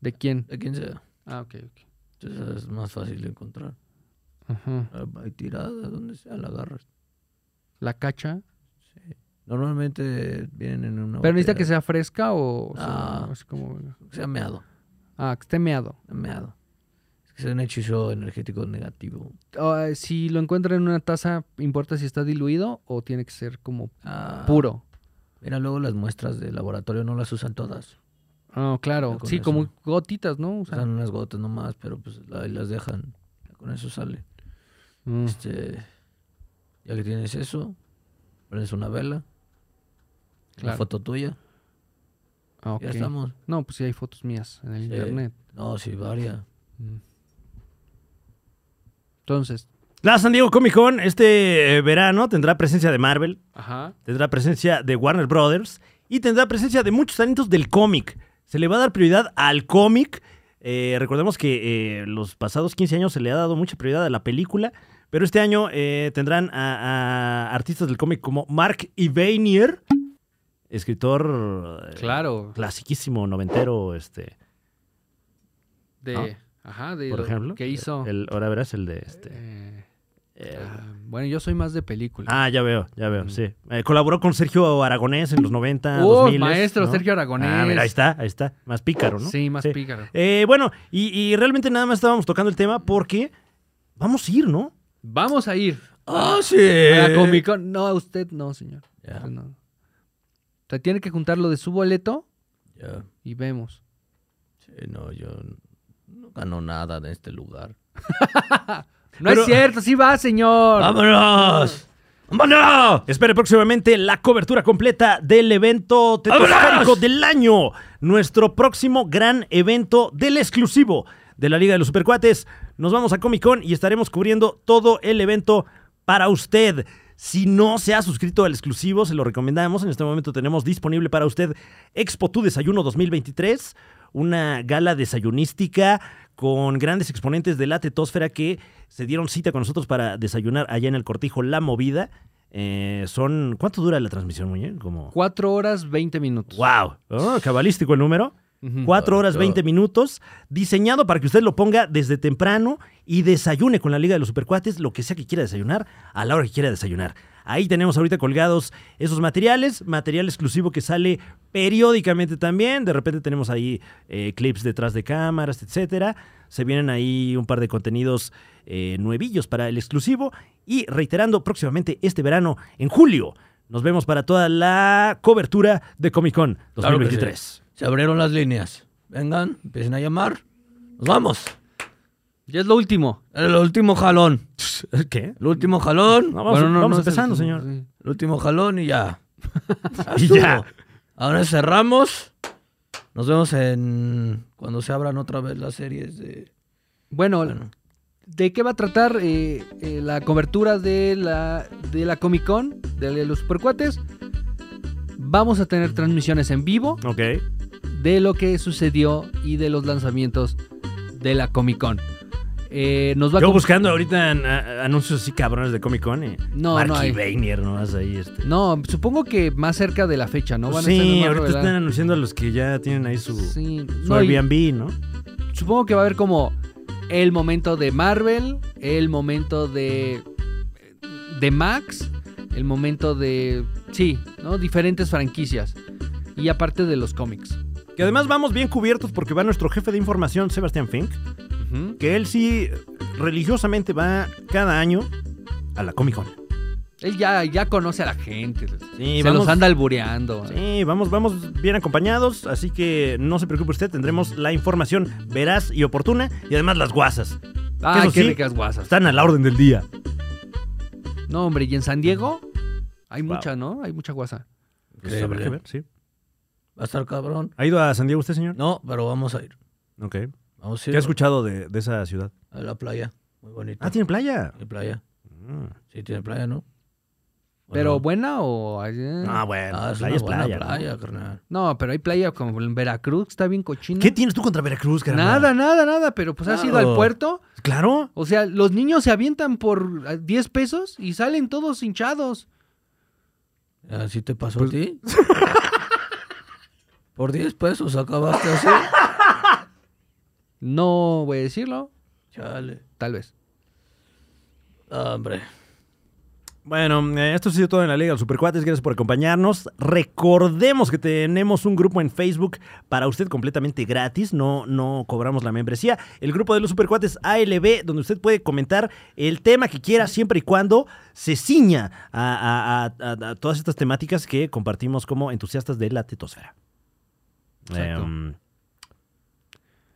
B: ¿De quién?
E: De quien sea.
B: Ah, ok, ok.
E: Entonces es más fácil de encontrar.
B: Ajá.
E: Hay tirada, donde sea, la agarras.
B: La cacha.
E: Normalmente vienen en una.
B: Pero necesita
E: botella.
B: que sea fresca o. o sea,
E: Ah.
B: así como-
E: Que sea meado.
B: Ah, que esté meado.
E: Meado. Es que sea un hechizo energético negativo.
B: Ah, si lo encuentra en una taza, ¿importa si está diluido o tiene que ser como
E: Ah,
B: puro?
E: Mira, luego las muestras de laboratorio no las usan todas.
B: Ah, claro.
E: con
B: Sí,
E: eso.
B: como gotitas, ¿no? O sea,
E: Usan unas gotas nomás, pero pues la- ahí las dejan. Con eso sale.
B: mm.
E: Este, ya que tienes eso, prendes una vela, la
B: Claro.
E: foto tuya,
B: Ah, ok.
E: ya estamos.
B: No, pues sí hay fotos mías en el
E: Sí.
B: internet.
E: No, sí, varias.
B: Entonces.
A: La San Diego Comic Con este eh, verano tendrá presencia de Marvel,
B: Ajá.
A: tendrá presencia de Warner Brothers y tendrá presencia de muchos talentos del cómic. Se le va a dar prioridad al cómic. Eh, recordemos que eh, los pasados 15 años se le ha dado mucha prioridad a la película, pero este año eh, tendrán a, a artistas del cómic como Mark Ivainier, escritor eh,
B: Claro.
A: clasiquísimo, noventero, este,
B: De. Ajá, de
A: por
B: lo
A: ejemplo.
B: que hizo.
A: El, ahora verás el de este.
B: eh,
A: eh,
B: ah, bueno, yo soy más de película.
A: Ah, ya veo, ya
B: Mm.
A: veo, sí. Eh, colaboró con Sergio Aragonés en los 90,
B: ¡Oh,
A: 2000.
B: maestro
A: ¿no?
B: Sergio Aragonés!
A: Ah, mira, ahí está, ahí está. Más pícaro, ¿no?
B: Sí, más pícaro.
A: Eh, bueno, y, y realmente nada más estábamos tocando el tema porque vamos a ir, ¿no?
B: Vamos a ir
E: ¡Ah, sí!
A: Eh,
B: a la Comic Con. No, a usted no, señor.
E: Ya.
B: Usted no. O sea, tiene que juntar lo de su boleto
E: Ya,
B: y vemos.
E: sí, no, yo no gano nada en este lugar.
B: No
A: Pero-
B: es cierto, sí va, señor.
E: ¡Vámonos! ¡Vámonos!
A: Espere próximamente la cobertura completa del evento teatro
E: ¡Vámonos!
A: del año. Nuestro próximo gran evento del exclusivo de la Liga de los Supercuates. Nos vamos a Comic Con y estaremos cubriendo todo el evento para usted. Si no se ha suscrito al exclusivo, se lo recomendamos. En este momento tenemos disponible para usted Expo Tu Desayuno 2023, una gala desayunística con grandes exponentes de la tetósfera que se dieron cita con nosotros para desayunar allá en el cortijo La Movida. Eh, son. ¿Cuánto dura la transmisión, Muñe? Como.
B: Cuatro horas, 20 minutos.
A: ¡Wow! Oh, cabalístico el número.
B: Ujú.
A: 4 horas 20 minutos, diseñado para que usted lo ponga desde temprano y desayune con la Liga de los Supercuates, lo que sea que quiera desayunar, a la hora que quiera desayunar. Ahí tenemos ahorita colgados esos materiales, material exclusivo que sale periódicamente también. De repente tenemos ahí eh, clips detrás de cámaras, etcétera. Se vienen ahí un par de contenidos eh, nuevillos para el exclusivo. Y reiterando, próximamente este verano, en julio, nos vemos para toda la cobertura de Comic Con
E: Claro que
A: 2023.
E: sí. Se abrieron las líneas. Vengan, empiecen a llamar. Nos vamos.
B: Ya es lo último.
E: El último jalón.
A: ¿Qué?
E: El último jalón.
A: No, vamos,
B: Bueno, no,
A: vamos
B: no es el
A: empezando,
B: último,
A: señor.
B: sí.
E: El último jalón y ya.
A: Y ya.
E: Ahora cerramos. Nos vemos en cuando se abran otra vez las series de.
B: Bueno,
E: Bueno.
B: ¿de qué va a tratar eh, eh, la cobertura de la, de la Comic Con, de los Supercuates? Vamos a tener transmisiones en vivo
A: Ok.
B: de lo que sucedió y de los lanzamientos de la Comic Con. Eh, nos va a
A: Yo
B: acom-
A: buscando ahorita an- a- anuncios así cabrones de Comic Con. Y
B: No,
A: Marky
B: no hay.
A: Bainer, ¿no? Vas ahí. Este.
B: No, supongo que más cerca de la fecha, ¿no?
A: Pues
B: a estar
A: sí,
B: nomás
A: ahorita están
B: revelando.
A: anunciando a los que ya tienen ahí su,
B: Sí,
A: su
B: no, y-
A: Airbnb, ¿no?
B: supongo que va a haber como el momento de Marvel, el momento de de Max, el momento de sí, ¿no? Diferentes franquicias y aparte de los cómics.
A: Que además vamos bien cubiertos porque va nuestro jefe de información, Sebastián Fink,
B: Ujú.
A: que él sí religiosamente va cada año a la Comic Con.
B: Él ya, ya conoce a la gente.
A: Sí,
B: se
A: vamos-
B: los anda albureando.
A: Sí, vamos, vamos bien acompañados, así que no se preocupe usted, tendremos la información veraz y oportuna y además las guasas.
B: Ah,
A: eso
B: qué
A: sí.
B: ricas guasas.
A: Están a la orden del día.
B: No, hombre, y en San Diego hay
A: Wow.
B: mucha, ¿no? Hay mucha guasa.
A: Pues habrá que ver, sí.
E: Va a estar cabrón.
A: ¿Ha ido a San Diego usted, señor?
E: No, pero vamos a ir.
A: Ok.
E: Vamos a
A: ¿Qué
E: ir
A: ha escuchado de, de esa ciudad?
E: a la playa. Muy bonito.
A: Ah, tiene playa.
E: Tiene playa.
A: Mm.
E: Sí, tiene playa, ¿no?
B: Pero
E: Bueno,
B: buena o hay- eh?
A: Ah, bueno,
E: ah, es
A: playa es
E: una buena
A: playa. ¿no?
E: playa, carnal.
B: No, pero hay playa como en Veracruz, está bien cochina.
A: ¿Qué tienes tú contra Veracruz, carnal?
B: Nada, nada, nada, pero pues has ido al
E: Claro.
B: puerto.
A: Claro.
B: O sea, los niños se avientan por ah, 10 pesos y salen todos hinchados.
E: ¿Así te pasó
A: Pues
E: a ti? Por 10 pesos acabaste así.
B: No voy a decirlo,
E: Chale.
B: tal vez.
E: Ah, hombre.
A: Bueno, eh, esto ha sido todo en la Liga de los Supercuates. Gracias por acompañarnos. Recordemos que tenemos un grupo en Facebook para usted completamente gratis. No, no cobramos la membresía. El grupo de los Supercuates ALB, donde usted puede comentar el tema que quiera siempre y cuando se ciña a, a- a- a- a todas estas temáticas que compartimos como entusiastas de la tetosfera.
B: Exacto.
A: Em,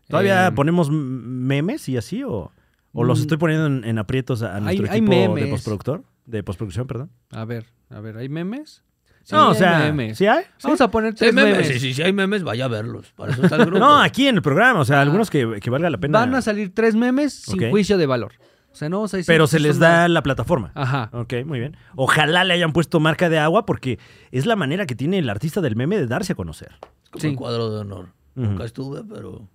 A: ¿Todavía
B: Em,
A: ponemos m- memes y así? ¿O, o los
B: Mm.
A: estoy poniendo en, en aprietos a, a nuestro
B: hay
A: equipo de
B: memes.
A: postproductor? De postproducción, perdón.
B: A ver, a ver, ¿hay memes? Sí,
A: no, o
B: hay
A: sea,
B: memes.
A: ¿sí hay?
B: Vamos a poner
E: Si hay
B: tres
E: memes,
B: memes.
E: sí, sí, si hay memes, vaya a verlos. Para eso está el grupo.
A: No, aquí en el programa, o sea, algunos que, que valga la pena.
B: Ah. Van a salir tres memes sin
A: Ok.
B: juicio de valor. O sea, no vamos a decir
A: pero
B: que
A: se les
B: son
A: da
B: malos.
A: la plataforma.
B: Ajá.
A: Ok, muy bien. Ojalá le hayan puesto marca de agua porque es la manera que tiene el artista del meme de darse a conocer.
E: Es como
B: Sí.
E: el cuadro de honor.
A: Ujú.
E: Nunca estuve, pero.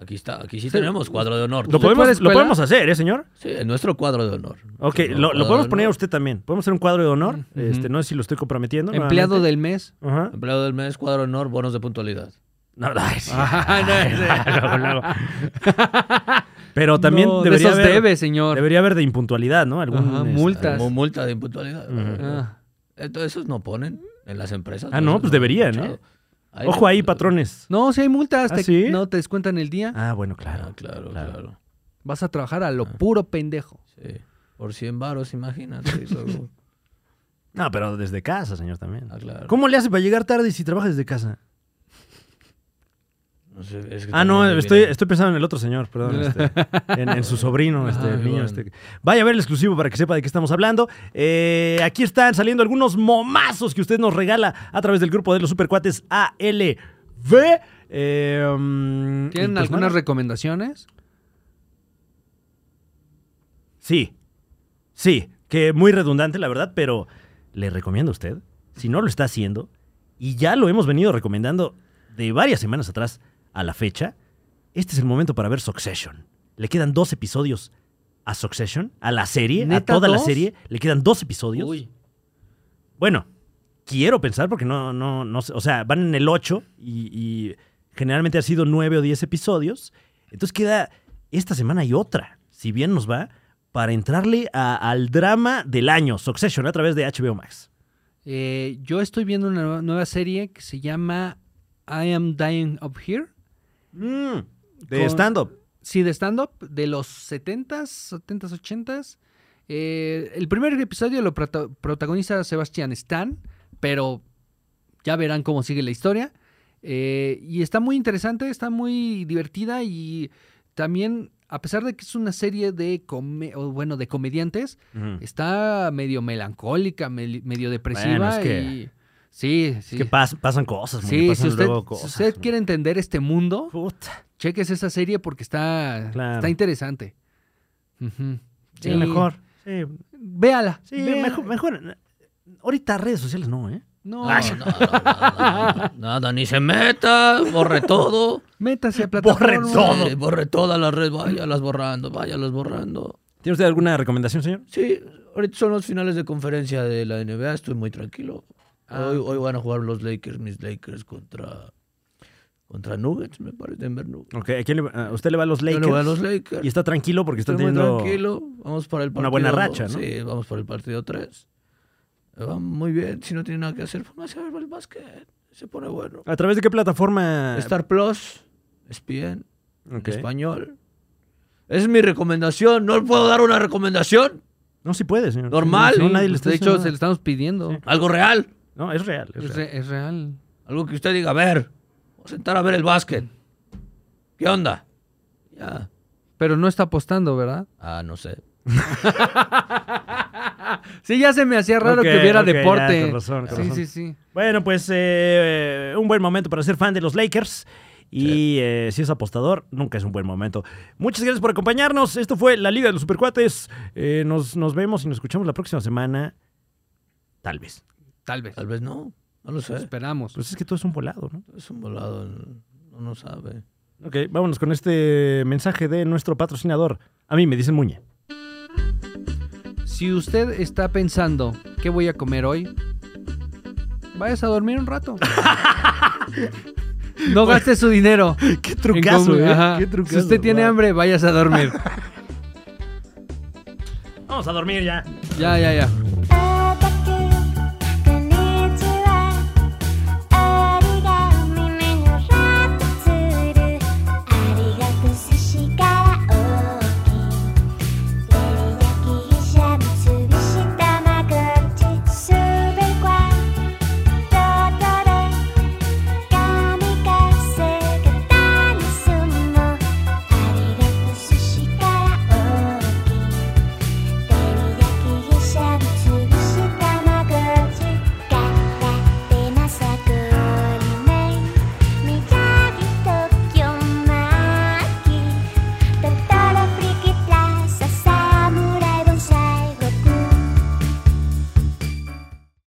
E: Aquí está, aquí sí tenemos cuadro de honor.
A: Lo
B: fue a la
A: podemos, lo
B: escuela?
A: podemos hacer, ¿eh, señor?
E: Sí, en nuestro cuadro de honor.
A: Ok,
E: Nuestro
A: lo,
E: cuadro
A: lo
E: de
A: podemos poner a
E: honor.
A: usted también. Podemos hacer un cuadro de honor. este, no sé si lo estoy comprometiendo.
B: Empleado
A: nuevamente.
B: del mes.
A: Ajá.
E: Empleado del mes, cuadro de honor, bonos de puntualidad.
A: No, ay, sí.
B: Ajá, no, ese-
A: Luego, luego. Pero también
B: No, de
A: debería
B: esos
A: haber.
B: debe, señor.
A: Debería haber de impuntualidad, ¿no? Algún,
B: Ajá,
A: este,
B: multas.
E: Como multa de impuntualidad.
B: Ah.
E: Entonces, esos no ponen en las empresas.
A: Ah, no,
E: Esos
A: pues debería,
E: escuchado.
A: ¿no?
E: Hay-
A: Ojo ahí, patrones.
B: No, si hay multas,
A: ¿Ah,
B: te-
A: sí?
B: no te descuentan el día.
A: Ah, bueno, claro.
E: Ah, claro,
A: Claro.
E: claro.
B: Vas a trabajar a lo puro pendejo.
A: Ah.
E: Sí. Por 100 varos, imagínate. y luego-
A: No, pero desde casa, señor, también.
E: Ah, claro.
A: ¿Cómo le hace para llegar tarde si trabaja desde casa?
E: No sé, es que
A: Ah,
E: también
A: no,
E: me
A: estoy,
E: viene-
A: estoy pensando en el otro señor, perdón. este, en, en su sobrino, este,
E: Ay,
A: el niño.
E: bueno.
A: Este. Vaya a ver el exclusivo para que sepa de qué estamos hablando. Eh, aquí están saliendo algunos momazos que usted nos regala a través del grupo de los supercuates ALV. Eh, mm, y
B: ¿Tienen
A: pues
B: algunas
A: nada.
B: recomendaciones?
A: Sí, sí, que muy redundante, la verdad, pero le recomiendo a usted, si no lo está haciendo, y ya lo hemos venido recomendando de varias semanas atrás a la fecha, este es el momento para ver Succession. Le quedan dos episodios a Succession, a la serie, a
B: ¿Neta
A: toda la
B: dos?
A: serie, le quedan dos episodios. Bueno, quiero pensar porque no, no, no, sé, o sea, van en el 8 y, y Generalmente ha sido nueve o diez episodios. Entonces queda esta semana y otra, si bien nos va, para entrarle a- al drama del año, Succession, a través de HBO Max.
B: Eh, yo estoy viendo una nueva- nueva serie que se llama I Am Dying Up Here.
A: Mm, de
B: Con-
A: stand-up.
B: Sí, de stand-up, de los 70s, 70s, 80s. Eh, el primer episodio lo prota- protagoniza Sebastián Stan, pero ya verán cómo sigue la historia. Eh, y está muy interesante, está muy divertida y también, a pesar de que es una serie de, come- o bueno, de comediantes,
A: Ujú.
B: está medio melancólica, mel- medio depresiva.
A: Bueno, es que-
B: y... Sí, sí.
A: Es que pas- pasan cosas,
B: Sí,
A: muñe, pasan
B: si usted,
A: luego
B: si
A: cosas.
B: usted quiere entender este mundo,
A: Puta.
B: cheques esa serie porque está,
A: Claro.
B: está interesante. Ujú.
A: Sí, mejor. Sí,
B: Véala.
A: sí,
B: véala.
A: mejor, mejor. Ahorita redes sociales no, ¿eh?
B: No,
E: Ah, No, no, no, no, no, nada, ni se meta, borre todo.
B: métase a
A: Borren
B: plataforma.
A: Todo.
E: Sí, borre todas las redes, váyalas borrando, váyalas borrando.
A: ¿Tiene usted alguna recomendación, señor?
E: Sí, ahorita son los finales de conferencia de la NBA, estoy muy tranquilo.
B: Ah,
E: Hoy, hoy van a jugar los Lakers, mis Lakers contra, contra Nuggets, me parece, Denver Nuggets.
A: Ok, ¿a quién le- a usted le va a los
E: Yo
A: Lakers?
E: le voy a los Lakers.
A: Y está tranquilo porque está
E: Estoy muy
A: teniendo...
E: tranquilo. Vamos para el partido.
A: una buena racha, ¿no?
E: Sí, vamos para el partido 3. Va muy bien. Si no tiene nada que hacer, póngase a ver el básquet. Se pone bueno.
A: ¿A través de qué plataforma?
E: Star Plus, ESPN,
A: Ah, Ok.
E: español. Es mi recomendación. No puedo dar una recomendación.
A: No, sí puede, señor.
E: Normal.
A: No, nadie le está
B: Pues, de hecho,
A: diciendo
B: se le
A: nada.
B: estamos pidiendo.
E: Algo real.
A: No, es real. es
B: Es,
A: real.
B: re- es real.
E: Algo que usted diga, a ver, voy a sentar a ver el básquet. ¿Qué onda? Ya.
B: Pero no está apostando, ¿verdad?
E: Ah, no sé.
B: Sí, ya se me hacía raro
A: Ok,
B: que hubiera
A: ok,
B: deporte.
A: ya, con razón, con
B: sí,
A: razón.
B: sí, sí.
A: Bueno, pues eh, un buen momento para ser fan de los Lakers. Y eh, si es apostador, nunca es un buen momento. Muchas gracias por acompañarnos. Esto fue La Liga de los Supercuates. Eh, nos, nos vemos y nos escuchamos la próxima semana. Tal vez.
B: Tal vez.
E: Tal vez no. No lo sé.
B: Esperamos.
A: Pues es que todo es un volado, ¿no?
E: Es un volado. No, no sabe.
A: Ok, vámonos con este mensaje de nuestro patrocinador. A mí me dicen Muñe.
B: Si usted está pensando, ¿qué voy a comer hoy? Vayas a dormir un rato. No gaste su dinero.
A: Qué
B: en
A: trucazo,
B: comer.
A: ¿eh?
B: Ajá.
A: Qué trucazo.
B: Si usted tiene
A: Wow.
B: hambre, vayas a dormir.
A: Vamos a dormir ya.
B: Ya, ya, ya.